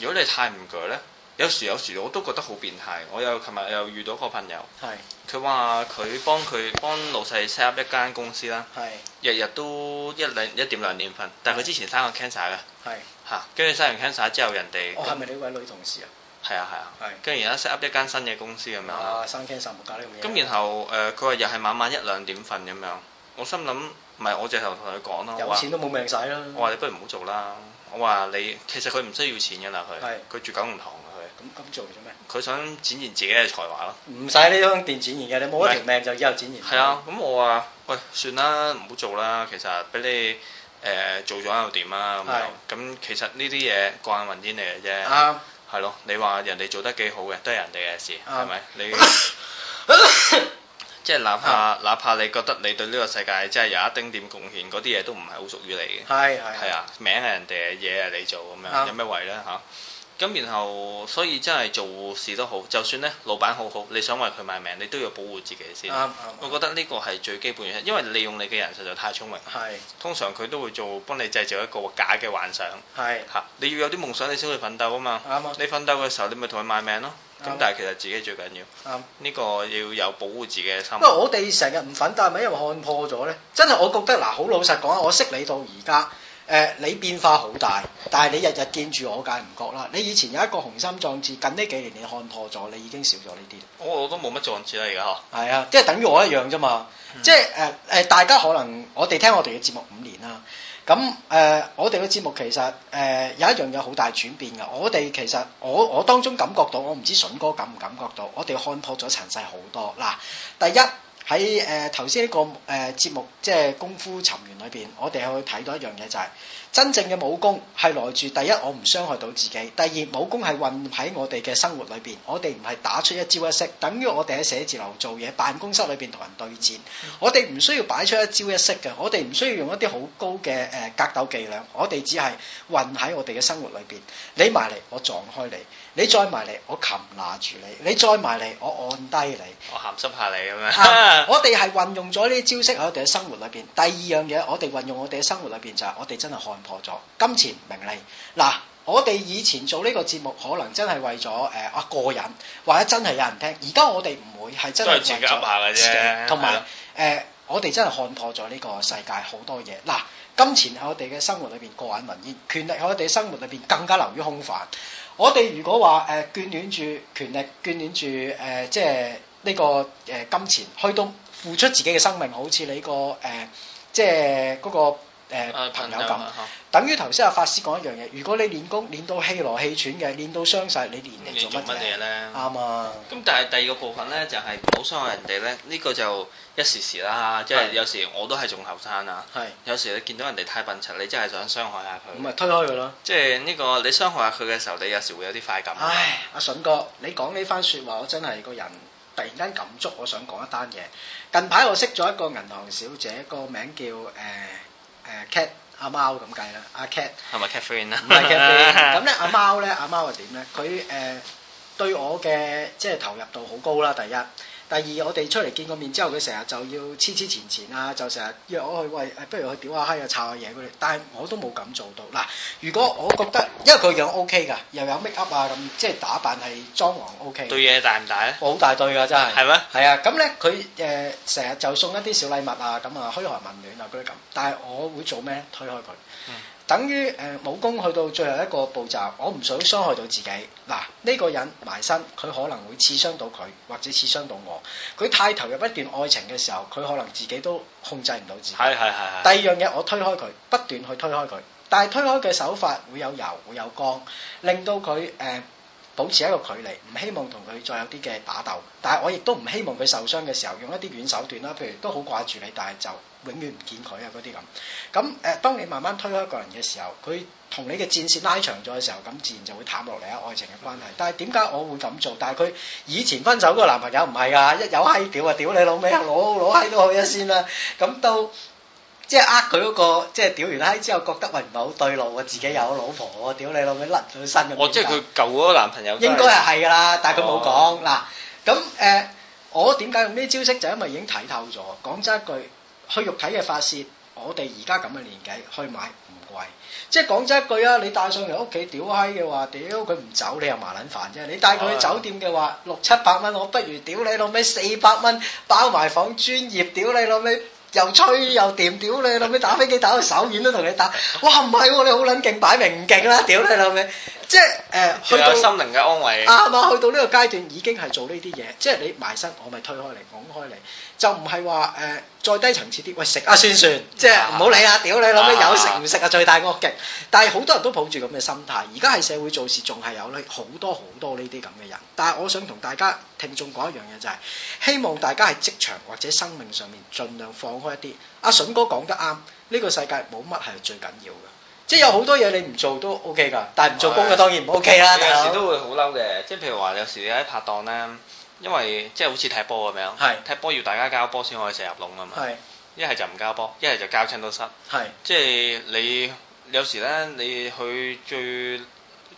[SPEAKER 2] 如果你太唔鋸咧，有時有時我都覺得好變態。我有琴日又遇到個朋友，
[SPEAKER 1] 係
[SPEAKER 2] 佢話佢幫佢幫老細 set up 一間公司啦，
[SPEAKER 1] 係
[SPEAKER 2] 日日都一兩一點兩點瞓，但係佢之前生過 cancer 嘅。
[SPEAKER 1] 係。
[SPEAKER 2] 嚇，跟住生完 cancer 之後，人哋
[SPEAKER 1] 我
[SPEAKER 2] 咁
[SPEAKER 1] 哦係咪你位女同事啊？
[SPEAKER 2] 係啊係啊
[SPEAKER 1] 係，
[SPEAKER 2] 跟住而家 set up 一間新嘅公司咁樣啦。
[SPEAKER 1] 啊，生 cancer 冇搞呢樣嘢。
[SPEAKER 2] 咁然後誒，佢話又係晚晚一兩點瞓咁樣。我心諗，唔係我直頭同佢講咯，我
[SPEAKER 1] 有
[SPEAKER 2] 話
[SPEAKER 1] 錢都冇命使啦。
[SPEAKER 2] 啊我話你不如唔好做啦。我話你其實佢唔需要錢㗎啦，
[SPEAKER 1] 係
[SPEAKER 2] 佢佢住九龍塘㗎
[SPEAKER 1] 咁咁做做咩？
[SPEAKER 2] 佢，佢想展現自己嘅才華咯。
[SPEAKER 1] 唔使呢種電展現嘅，你冇一條命就以後展現。
[SPEAKER 2] 係啊，咁我話喂，算啦，唔好做啦。其實俾你誒、做咗又點啊？咁樣咁其實呢啲嘢過眼雲煙嚟嘅啫。
[SPEAKER 1] 啱。
[SPEAKER 2] 係咯，你話人哋做得幾好嘅，都係人哋嘅事，
[SPEAKER 1] 啱
[SPEAKER 2] 係咪？
[SPEAKER 1] [laughs]
[SPEAKER 2] 你即係哪怕
[SPEAKER 1] 啊
[SPEAKER 2] 哪怕你覺得你對呢個世界真係有一丁點貢獻，嗰啲嘢都唔係好屬於你嘅。
[SPEAKER 1] 係啊係
[SPEAKER 2] 係。啊，名係人哋嘅，嘢啊係你做咁
[SPEAKER 1] 啱
[SPEAKER 2] 樣，有咩為呢？嚇？咁然後，所以真係做事都好，就算呢老闆好好，你想為佢賣命，你都要保護自己
[SPEAKER 1] 啱
[SPEAKER 2] 先。
[SPEAKER 1] 啱。
[SPEAKER 2] 我覺得呢個係最基本嘅，因為利用你嘅人實在太聰明，
[SPEAKER 1] 係
[SPEAKER 2] 通常佢都會做幫你製造一個假嘅幻想
[SPEAKER 1] 係
[SPEAKER 2] 嚇。你要有啲夢想，你先會奮鬥啊嘛。
[SPEAKER 1] 啱啊
[SPEAKER 2] 你奮鬥嘅時候，你咪同佢賣命咯。
[SPEAKER 1] 啱啊
[SPEAKER 2] 咁但係其實自己最緊要，
[SPEAKER 1] 啱。
[SPEAKER 2] 呢個要有保護自己嘅心
[SPEAKER 1] 因。為我哋成日唔奮鬥，係咪因為看破咗咧？真係我覺得嗱，好老實講啊，我識你到而家，誒、呃你變化好大，但係你日日見住我，梗係唔覺啦。你以前有一個雄心壯志，近呢幾年你看破咗，你已經少咗呢啲。
[SPEAKER 2] 我我都冇乜壯志啦，而家嗬。
[SPEAKER 1] 係啊，即係等於我一樣啫嘛。即係誒誒，大家可能我哋聽我哋嘅節目五年啦。咁誒、我哋嘅節目其實誒、呃有一樣嘢好大轉變嘅。我哋其實我我當中感覺到，我唔知筍哥感唔感覺到，我哋看破咗塵世好多。嗱，第一。喺誒頭先呢個誒、呃節目，即係功夫尋源裏邊，我哋去睇到一樣嘢就係、真正嘅武功係來自第一，我唔傷害到自己；第二，武功係混喺我哋嘅生活裏邊，我哋唔係打出一招一式，等於我哋喺寫字樓做嘢、辦公室裏邊同人對戰，我哋唔需要擺出一招一式嘅，我哋唔需要用一啲好高嘅誒、格鬥伎倆，我哋只係混喺我哋嘅生活裏邊，你埋嚟我撞開你，你再埋嚟我擒拿住你，你再埋嚟我按低你。
[SPEAKER 2] 我鹹濕下你咁樣。
[SPEAKER 1] 啊
[SPEAKER 2] [laughs] 啊
[SPEAKER 1] 我哋係運用咗呢啲招式喺我哋嘅生活裏邊。第二樣嘢，我哋運用我哋嘅生活裏邊就係我哋真係看破咗金錢名利嗱。我哋以前做呢個節目，可能真係為咗誒啊過癮，或者真係有人聽。而家我哋唔會係真係
[SPEAKER 2] 都係自己噏下嘅啫
[SPEAKER 1] 自己同
[SPEAKER 2] 係
[SPEAKER 1] 埋
[SPEAKER 2] 啦
[SPEAKER 1] 誒，我哋真係看破咗呢個世界好多嘢。嗱，金錢喺我哋嘅生活裏邊過眼雲煙，權力喺我哋嘅生活裏邊更加流於空泛。我哋如果話誒、眷戀住權力，眷戀住誒、即係呢、個誒、金錢，去到付出自己嘅生命，好似你個誒、即係嗰、個誒
[SPEAKER 2] [laughs] 啊
[SPEAKER 1] 朋
[SPEAKER 2] 朋
[SPEAKER 1] 友
[SPEAKER 2] 友
[SPEAKER 1] 咁
[SPEAKER 2] 啊嚇。
[SPEAKER 1] 等於頭先阿法師講一樣嘢，如果你練功練到氣羅氣喘嘅，練到傷晒，你練
[SPEAKER 2] 你
[SPEAKER 1] 嚟
[SPEAKER 2] 做
[SPEAKER 1] 做
[SPEAKER 2] 乜
[SPEAKER 1] 乜嘢
[SPEAKER 2] 嘢？咧？
[SPEAKER 1] 啱啊！
[SPEAKER 2] 咁但係第二個部分咧，就係唔好傷害人哋咧。呢、個就一時時啦，即
[SPEAKER 1] 係
[SPEAKER 2] 係有時我都係仲後生啊。
[SPEAKER 1] 係
[SPEAKER 2] 有時你見到人哋太笨柒，你真係想傷害
[SPEAKER 1] 咁
[SPEAKER 2] 下
[SPEAKER 1] 啊
[SPEAKER 2] 佢。
[SPEAKER 1] 咪推開佢咯。
[SPEAKER 2] 即係呢個你傷害下佢嘅時候，你有時會有啲快感。啊
[SPEAKER 1] 唉，阿筍哥，你講呢番説話，我真係個人突然間感觸，我想講一單嘢。近排我識咗一個銀行小姐，個名叫誒誒、Cat 阿貓咁計啦，阿 Cat
[SPEAKER 2] 係咪 Catherine 啊？
[SPEAKER 1] 唔係 Cat 咁咧，阿貓咧，阿貓係點咧？佢誒、對我嘅即係投入度好高啦，第一。第二，我哋出嚟見個面之後，佢成日就要黐黐纏纏啊，就成日約我去喂，誒不如去屌下閪啊、抄下嘢嗰啲。但係我都冇咁做到。嗱，如果我覺得，因為佢樣 O K 㗎，又有 make up 啊，咁即係打扮係裝潢 O K。
[SPEAKER 2] [laughs] 對嘢大唔大咧？
[SPEAKER 1] 我好大對㗎，真係。
[SPEAKER 2] 係咩？
[SPEAKER 1] 係啊，咁咧佢誒成日就送一啲小禮物啊，咁啊噓寒問暖啊嗰啲咁，但係我會做咩咧？推開佢，
[SPEAKER 2] 嗯
[SPEAKER 1] 等於誒、呃武功去到最後一個步驟，我唔想傷害到自己。嗱，呢、個人埋身，佢可能會刺傷到佢，或者刺傷到我。佢太投入一段愛情嘅時候，佢可能自己都控制唔到自己。
[SPEAKER 2] 係係係
[SPEAKER 1] 第
[SPEAKER 2] 係。
[SPEAKER 1] 二樣嘢，我推開佢，不斷去推開佢，但係推開嘅手法會有油，會有光，令到佢誒、呃保持一個距離，唔希望同佢再有啲嘅打鬥。但係我亦都唔希望佢受傷嘅時候用一啲軟手段啦，譬如都好掛住你，但係就永遠唔見佢啊嗰啲咁。咁誒、呃，當你慢慢推開一個人嘅時候，佢同你嘅戰線拉長咗嘅時候，咁自然就會淡落嚟啊愛情嘅關係。但係點解我會咁做？但係佢以前分手嗰個男朋友唔係啊，一有閪屌啊，屌你老味啊，攞攞閪都去一先啦。咁到即係呃佢嗰個，即係屌完閪之後覺得喂唔係好對路，我自己有老婆喎，屌你老味甩咗身咁。啊
[SPEAKER 2] 我哦即係佢舊嗰個男朋友都係。
[SPEAKER 1] 應該係係㗎啦，但係佢冇
[SPEAKER 2] 哦
[SPEAKER 1] 講嗱。咁誒、我點解用呢招式就因為已經睇透咗。講真一句，去肉體嘅發泄，我哋而家咁嘅年紀去買唔貴。即係講真一句啊，你帶上嚟屋企屌閪嘅話，屌佢唔走，你又麻撚煩啫。你帶
[SPEAKER 2] 哦
[SPEAKER 1] 佢去酒店嘅話，六七百蚊，我不如屌你老味四百蚊包埋房專業，屌你老味。又吹又掂，屌你老味打飛機打到手軟都同你打，哇唔係喎你好撚勁，擺明唔勁啦，屌你老味，即係誒、去
[SPEAKER 2] 佢
[SPEAKER 1] 到
[SPEAKER 2] 有心靈嘅安慰。
[SPEAKER 1] 啱啊！去到呢個階段已經係做呢啲嘢，即係你埋身，我咪推開你，拱開你，就唔係話誒再低層次啲，喂食啊先算，即係唔好理啊！屌你老味，有食唔食啊最大惡極。但係好多人都抱住咁嘅心態，而家係社會做事仲係有呢好多好多呢啲咁嘅人。但係我想同大家聽眾講一樣嘢就係、希望大家喺職場或者生命上面盡量放開一啲。阿筍哥講得啱，呢、個世界冇乜係最緊要嘅。即係有好多嘢你唔做都 OK 㗎，但係唔做工嘅當然唔 OK 啦，
[SPEAKER 2] 你
[SPEAKER 1] 大
[SPEAKER 2] 有時
[SPEAKER 1] 佬。
[SPEAKER 2] 都會好嬲嘅，即係譬如話有時你喺拍檔咧，因為即係好似踢波咁樣，
[SPEAKER 1] 係
[SPEAKER 2] 踢波要大家交波先可以射入籠啊嘛，
[SPEAKER 1] 係
[SPEAKER 2] 一係就唔交波，一係就交親都失，
[SPEAKER 1] 係。
[SPEAKER 2] 即係你有時咧，你去最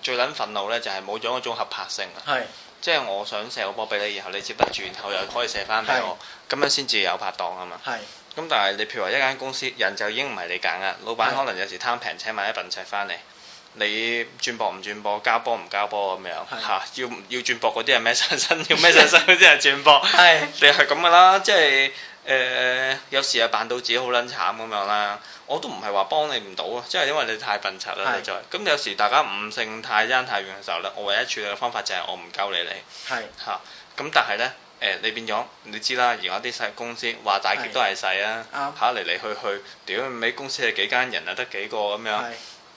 [SPEAKER 2] 最撚憤怒咧，就係冇咗嗰種合拍性啊！
[SPEAKER 1] 係
[SPEAKER 2] 即係我想射個波俾你，然後你接得住，然後又可以射翻俾我，咁樣先至有拍檔啊嘛。
[SPEAKER 1] 係
[SPEAKER 2] 咁但係你譬如話一間公司人就已經唔係你揀啦，老闆
[SPEAKER 1] 係
[SPEAKER 2] 可能有時貪平請埋一笨尺翻嚟，你轉博唔轉博，交波唔交波咁樣
[SPEAKER 1] 係
[SPEAKER 2] 嚇、要唔要轉博嗰啲係咩上身， [laughs] 要咩上身嗰啲係轉博，
[SPEAKER 1] 係
[SPEAKER 2] 你係咁噶啦，即係誒、呃有時係扮到自己好撚慘咁樣啦，我都唔係話幫你唔到啊，即係因為你太笨柒啦，
[SPEAKER 1] 係
[SPEAKER 2] 你就係咁有時大家悟性太爭太遠嘅時候咧，我唯一處理嘅方法就係我唔鳩你你。
[SPEAKER 1] 係
[SPEAKER 2] 嚇。咁但係咧，誒、你變咗你知啦，而家啲細公司話大極都係細啊
[SPEAKER 1] 啱，
[SPEAKER 2] 嚇嚟嚟去去，屌你公司係幾間人啊，得幾個咁樣。
[SPEAKER 1] 係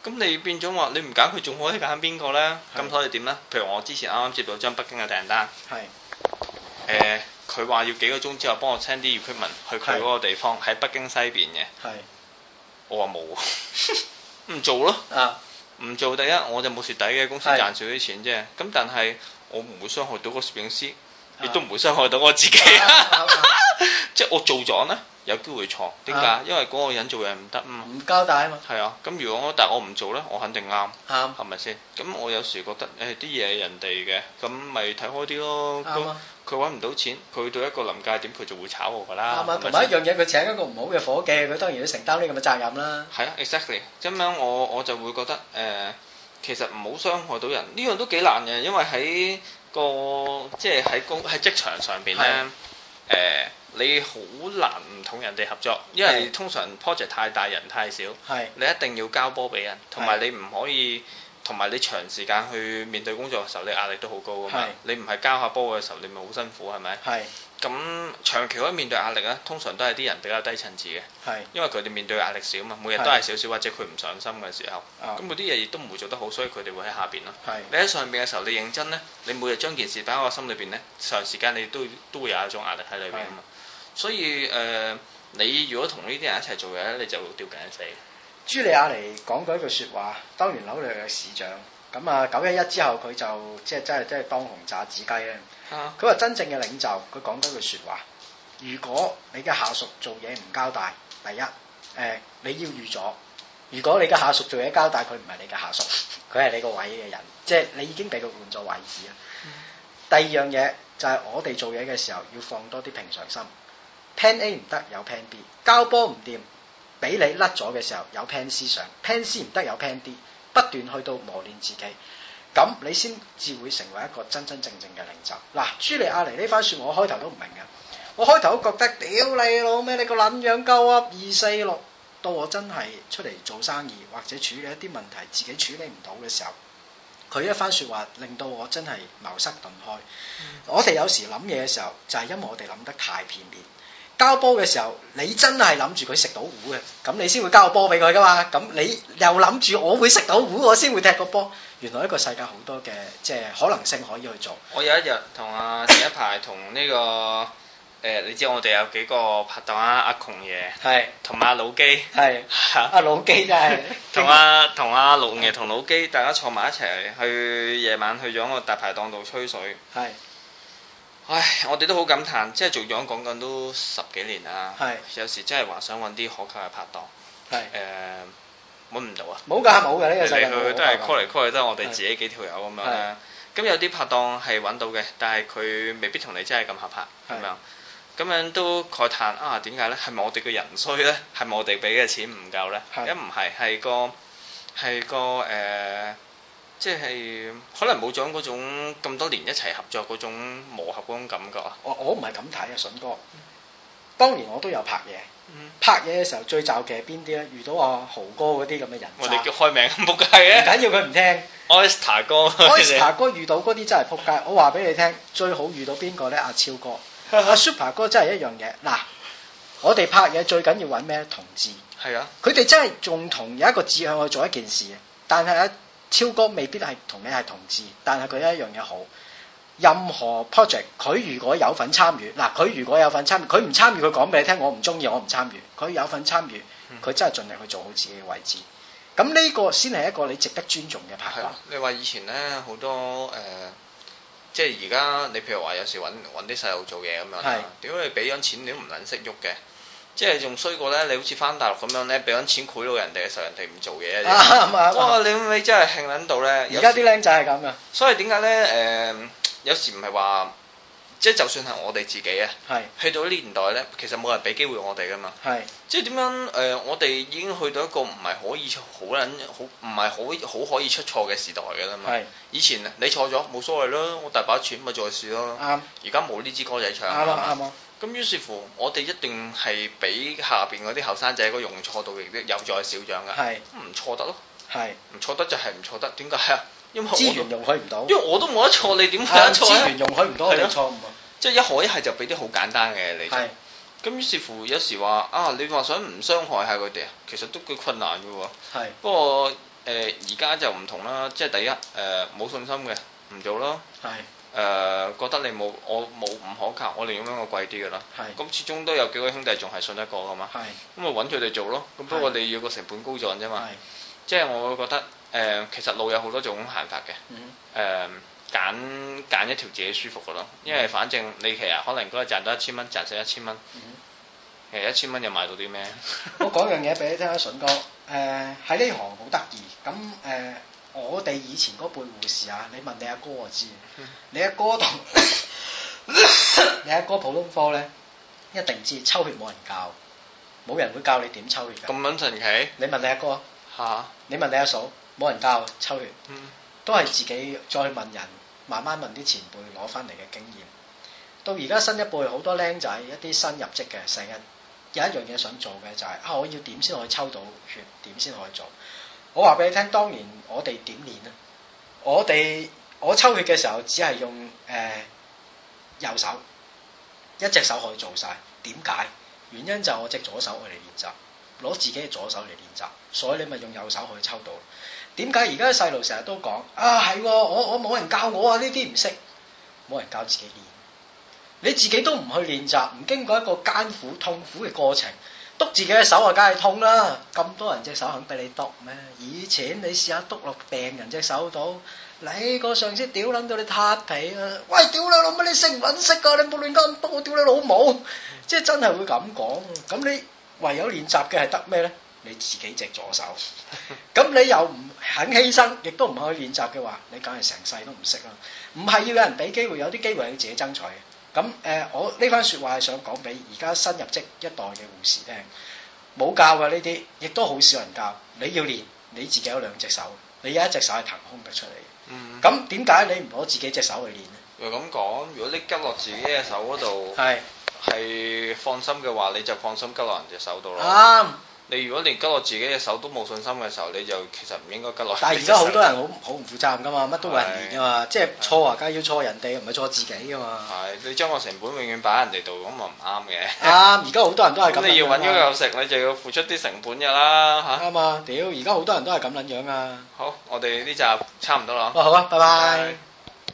[SPEAKER 2] 咁你變咗話你唔揀佢，仲可以揀邊個咧？
[SPEAKER 1] 係
[SPEAKER 2] 咁所以點咧？譬如我之前啱啱接到張北京嘅訂單，
[SPEAKER 1] 係
[SPEAKER 2] 誒佢話要幾個鐘之後幫我 send 啲 equipment 去佢嗰個地方，喺北京西邊嘅。
[SPEAKER 1] 係
[SPEAKER 2] 我話冇
[SPEAKER 1] [laughs]
[SPEAKER 2] 喎，唔做咯。
[SPEAKER 1] 啊
[SPEAKER 2] 唔做第一，我就冇蝕底嘅，公司
[SPEAKER 1] 係
[SPEAKER 2] 賺少啲錢啫。咁但係我唔會傷害到個攝影師，
[SPEAKER 1] 啊
[SPEAKER 2] 亦都唔會傷害到我自己。
[SPEAKER 1] 啱啱啱
[SPEAKER 2] [laughs] 即係我做咗呢，有機會錯。點解
[SPEAKER 1] 啊？
[SPEAKER 2] 因為嗰個人做嘢唔得啊嘛。
[SPEAKER 1] 唔交代啊嘛，
[SPEAKER 2] 係啊，咁如果我但係我唔做呢，我肯定啱，
[SPEAKER 1] 啱
[SPEAKER 2] 係咪先？咁我有時覺得誒啲嘢人哋嘅，咁咪睇開啲咯。
[SPEAKER 1] 啱
[SPEAKER 2] 佢
[SPEAKER 1] 啊，
[SPEAKER 2] 佢揾唔到錢，佢到一個臨界點，佢就會炒我㗎啦。
[SPEAKER 1] 啱啊，
[SPEAKER 2] 係咪
[SPEAKER 1] 同埋一
[SPEAKER 2] 先
[SPEAKER 1] 樣嘢，佢請一個唔好嘅伙計，佢當然要承擔呢咁嘅責任啦。
[SPEAKER 2] 係啊，exactly。咁樣我我就會覺得誒、呃其實唔好傷害到人，呢樣都幾難嘅，因為喺個即係喺工喺職場上邊咧
[SPEAKER 1] 係
[SPEAKER 2] 誒，你好難唔同人哋合作，因為
[SPEAKER 1] 係
[SPEAKER 2] 通常 project 太大人太少，
[SPEAKER 1] 係
[SPEAKER 2] 你一定要交波俾人，同埋你唔可以。同埋你長時間去面對工作嘅時候，你壓力都好高噶嘛
[SPEAKER 1] 係。
[SPEAKER 2] 你唔係交下波嘅時候，你咪好辛苦係咪？
[SPEAKER 1] 係
[SPEAKER 2] 咁長期可以面對壓力咧，通常都係啲人比較低層次嘅。
[SPEAKER 1] 係
[SPEAKER 2] 因為佢哋面對壓力少嘛，每日都係少少或者佢唔上心嘅時候，
[SPEAKER 1] 啊
[SPEAKER 2] 咁嗰啲嘢亦都唔會做得好，所以佢哋會喺下邊咯。
[SPEAKER 1] 係
[SPEAKER 2] 你喺上邊嘅時候，你認真呢，你每日將件事擺喺我心裏邊呢，長時間你都都會有一種壓力喺裏邊啊嘛。所以誒、呃你如果同呢啲人一齊做嘢咧，你就吊頸死。
[SPEAKER 1] 朱莉亞尼講過一句説話，當完紐約嘅市長，咁啊九一一之後佢就即係真係真係當紅炸子雞咧。
[SPEAKER 2] 啊，
[SPEAKER 1] 佢話真正嘅領袖，佢講咗句説話：如果你嘅下屬做嘢唔交代，第一，誒、你要預咗。如果你嘅下屬做嘢交代，佢唔係你嘅下屬， [laughs] 佢係你個位嘅人，即係你已經俾佢換咗位置啦。啊第二樣嘢就係我哋做嘢嘅時候要放多啲平常心。Plan A 唔得有 Plan B，交波唔掂，俾你甩咗嘅時候有 Plan C 上，Plan C 唔得有 Plan D，不斷去到磨練自己。咁你先至會成為一個真真正正嘅領袖。嗱，朱莉亞尼呢番説我開頭都唔明嘅，啊我開頭都覺得屌你老咩，你個撚樣鳩噏二四六，到我真係出嚟做生意或者處理一啲問題自己處理唔到嘅時候，佢一番説話令到我真係茅塞頓開。我哋有時諗嘢嘅時候，就係、因為我哋諗得太片面。交波嘅時候，你真係諗住佢食到糊嘅，咁你先會交個波俾佢噶嘛。咁你又諗住我會食到糊，我先會踢個波。原來一個世界好多嘅即係可能性可以去做。
[SPEAKER 2] 我有一日同阿前一排同呢個誒、呃你知我哋有幾個拍檔啊，阿窮爺
[SPEAKER 1] 係
[SPEAKER 2] 同埋阿老基。 [laughs]
[SPEAKER 1] 係，阿老基真係
[SPEAKER 2] 同阿同阿龍爺同老基，大家坐埋一齊去夜晚去咗個大排檔度吹水。
[SPEAKER 1] 係
[SPEAKER 2] 唉，我哋都好感嘆，即係做咗講緊都十幾年啦。
[SPEAKER 1] 係
[SPEAKER 2] 有時真係話想揾啲可靠嘅拍檔，
[SPEAKER 1] 係
[SPEAKER 2] 誒揾唔到啊！
[SPEAKER 1] 冇㗎冇㗎呢
[SPEAKER 2] 嚟
[SPEAKER 1] 個世
[SPEAKER 2] 嚟
[SPEAKER 1] 界
[SPEAKER 2] 去
[SPEAKER 1] 冇
[SPEAKER 2] 去
[SPEAKER 1] 㗎
[SPEAKER 2] 都
[SPEAKER 1] 冇
[SPEAKER 2] 係 call 嚟 call 去都係我
[SPEAKER 1] 係
[SPEAKER 2] 哋自己幾條友咁樣
[SPEAKER 1] 係
[SPEAKER 2] 啦。咁有啲拍檔係揾到嘅，但係佢未必同你真係咁合拍
[SPEAKER 1] 係
[SPEAKER 2] 咁樣。咁樣都慨嘆啊，點解呢？係咪我哋嘅人衰呢？係咪我哋俾嘅錢唔夠呢？
[SPEAKER 1] 係
[SPEAKER 2] 一唔係係個係個誒、呃即係可能冇咗嗰種咁多年一齊合作嗰種磨合嗰種感覺啊。
[SPEAKER 1] 我我唔係咁睇啊，筍哥。當年我都有拍嘢，
[SPEAKER 2] 嗯
[SPEAKER 1] 拍嘢嘅時候最罩嘅係邊啲咧？遇到阿豪哥嗰啲咁嘅人
[SPEAKER 2] 我
[SPEAKER 1] 渣，
[SPEAKER 2] 哋
[SPEAKER 1] 唔
[SPEAKER 2] 叫開名冇計嘅
[SPEAKER 1] 緊
[SPEAKER 2] [laughs]
[SPEAKER 1] 要佢唔聽。
[SPEAKER 2] ，Oyster 哥，
[SPEAKER 1] Oyster 哥遇到嗰啲真係撲街，我話俾你聽，最好遇到邊個咧？阿超哥、阿 Super 哥真係一樣嘢。嗱，我哋拍嘢最緊要揾咩？同志，
[SPEAKER 2] 係啊，
[SPEAKER 1] 佢哋真係仲同有一個志向去做一件事嘅。但係阿超哥未必係同你係同志，但係佢有一樣嘢好。任何 project，佢如果有份參與，嗱，佢如果有份參與，佢唔參與，佢講俾你聽，我唔中意，我唔參與。佢有份參與，
[SPEAKER 2] 嗯
[SPEAKER 1] 佢真係盡力去做好自己嘅位置。咁呢個先係一個你值得尊重嘅拍
[SPEAKER 2] 係
[SPEAKER 1] 檔
[SPEAKER 2] 啊。。你話以前咧好多誒、呃即係而家你譬如話有時揾揾啲細路做嘢咁樣
[SPEAKER 1] 係
[SPEAKER 2] 啦，屌你俾咗錢你都唔撚識喐嘅。即係仲衰過咧，你好似翻大陸咁樣咧，俾緊錢賄賂人哋嘅時候，人哋唔做嘢
[SPEAKER 1] 啊啱啊
[SPEAKER 2] 啊！ [laughs] 哇！你咪真係興撚到咧，
[SPEAKER 1] 而家啲僆仔係咁啊噶，
[SPEAKER 2] 所以點解咧？誒、有時唔係話，即係就算係我哋自己啊，
[SPEAKER 1] 係
[SPEAKER 2] 去到呢年代咧，其實冇人俾機會我哋噶嘛。
[SPEAKER 1] 係
[SPEAKER 2] 即係點樣誒、呃我哋已經去到一個唔係可以出好撚好，唔係好好可以出錯嘅時代㗎啦嘛。
[SPEAKER 1] 係
[SPEAKER 2] 以前你錯咗冇所謂咯，我大把錢咪再試咯。
[SPEAKER 1] 啱
[SPEAKER 2] 而家冇呢支歌仔
[SPEAKER 1] 啱
[SPEAKER 2] 唱啊嘛
[SPEAKER 1] 啊啱啊，
[SPEAKER 2] 咁於是乎，我哋一定係比下邊嗰啲後生仔個容錯度亦都有再少長㗎。
[SPEAKER 1] 係
[SPEAKER 2] 唔錯得咯，
[SPEAKER 1] 係
[SPEAKER 2] 唔錯得就係唔錯得。點解啊？因為我
[SPEAKER 1] 資源容許唔到，
[SPEAKER 2] 因為我都冇得錯，你點解
[SPEAKER 1] 啊
[SPEAKER 2] 錯
[SPEAKER 1] 資
[SPEAKER 2] 咧？
[SPEAKER 1] 源容許唔到我哋
[SPEAKER 2] 係咯
[SPEAKER 1] 錯誤啊，
[SPEAKER 2] 即係一可一係就俾啲好簡單嘅你做。
[SPEAKER 1] 係
[SPEAKER 2] 咁於是乎有時話啊，你話想唔傷害下佢哋啊，其實都幾困難嘅喎。
[SPEAKER 1] 係
[SPEAKER 2] 不過誒而家就唔同啦，即係第一誒冇、信心嘅唔做咯。
[SPEAKER 1] 係
[SPEAKER 2] 誒、呃覺得你冇我冇唔可靠，我寧願揾個貴啲嘅啦。
[SPEAKER 1] 係
[SPEAKER 2] 咁始終都有幾個兄弟仲係信得過噶嘛，
[SPEAKER 1] 係
[SPEAKER 2] 咁咪揾佢哋做咯。咁不過你要個成本高咗啫嘛。
[SPEAKER 1] 係
[SPEAKER 2] 呃即係我會覺得誒、其實路有好多種行法嘅。誒、
[SPEAKER 1] 嗯
[SPEAKER 2] 揀呃揀一條自己舒服嘅咯，因為反正你其實可能嗰日賺到一千蚊，賺死一千蚊
[SPEAKER 1] 嗯，
[SPEAKER 2] 其實一千蚊又買到啲咩？
[SPEAKER 1] 我講樣嘢俾你聽啊，筍哥，誒喺呢行好得意。咁誒、我哋以前嗰輩護士啊，你問你阿哥我知，你阿哥同你阿哥普通科咧，一定知抽血冇人教，冇人會教你點抽血
[SPEAKER 2] [laughs] 咁
[SPEAKER 1] 㗎。
[SPEAKER 2] 撚神奇
[SPEAKER 1] 你問你阿哥，
[SPEAKER 2] 嚇？
[SPEAKER 1] 你問你阿嫂，冇人教抽血，
[SPEAKER 2] 嗯
[SPEAKER 1] 都係自己再問人，慢慢問啲前輩攞翻嚟嘅經驗。到而家新一輩好多僆仔，一啲新入職嘅，成日有一樣嘢想做嘅就係、啊，我要點先可以抽到血，點先可以做？我話俾你聽，當年我哋點練啊？我哋我抽血嘅時候，只係用誒、呃右手，一隻手可以做晒。點解？原因就係我隻左手我嚟練習，攞自己嘅左手嚟練習，所以你咪用右手可以抽到。點解而家啲細路成日都講啊係喎，我我冇人教我啊呢啲唔識，冇人教自己練，你自己都唔去練習，唔經過一個艱苦痛苦嘅過程，篤自己嘅手啊，梗係痛啦！咁多人隻手肯俾你篤咩？以前你試下篤落病人隻手度，你個上司屌撚到你塌皮啊！喂，屌你老母，你識唔撚識㗎？你冇亂咁篤我，屌你老母！即係真係會咁講，咁你唯有練習嘅係得咩咧？你自己隻左手。咁你又唔肯犧牲，亦都唔去練習嘅話，你梗係成世都唔識啦。唔係要有人俾機會，有啲機會係要自己爭取嘅。咁誒、呃我呢番説話係想講俾而家新入職一代嘅護士聽，冇教啊㗎呢啲，亦都好少人教。你要練，你自己有兩隻手，你有一隻手係騰空得出嚟
[SPEAKER 2] 嗯
[SPEAKER 1] 嘅。。咁點解你唔攞自己隻手去練啊咧？
[SPEAKER 2] 如果咁講，如果你拮落自己嘅手嗰度
[SPEAKER 1] 係
[SPEAKER 2] 係放心嘅話，你就放心拮落人隻手度咯。
[SPEAKER 1] 啱，
[SPEAKER 2] 你如果連拮落自己嘅手都冇信心嘅時候，你就其實唔應該拮落。
[SPEAKER 1] 但係而家好多人好好唔負責任㗎嘛，乜都揾人練㗎嘛，即係
[SPEAKER 2] 係
[SPEAKER 1] 錯啊，梗係要錯人哋，唔係錯自己㗎嘛。
[SPEAKER 2] 係你將個成本永遠擺喺人哋度，咁咪唔啱嘅。
[SPEAKER 1] 啱，而家好多人都啊係咁樣㗎
[SPEAKER 2] 咁
[SPEAKER 1] 嘛。
[SPEAKER 2] 你要揾咗嚿食，你就要付出啲成本㗎啦嚇。
[SPEAKER 1] 啱啊！屌，而家好多人都係咁撚樣啊！
[SPEAKER 2] 好，我哋呢集差唔多啦。
[SPEAKER 1] 哦，好啊，拜拜。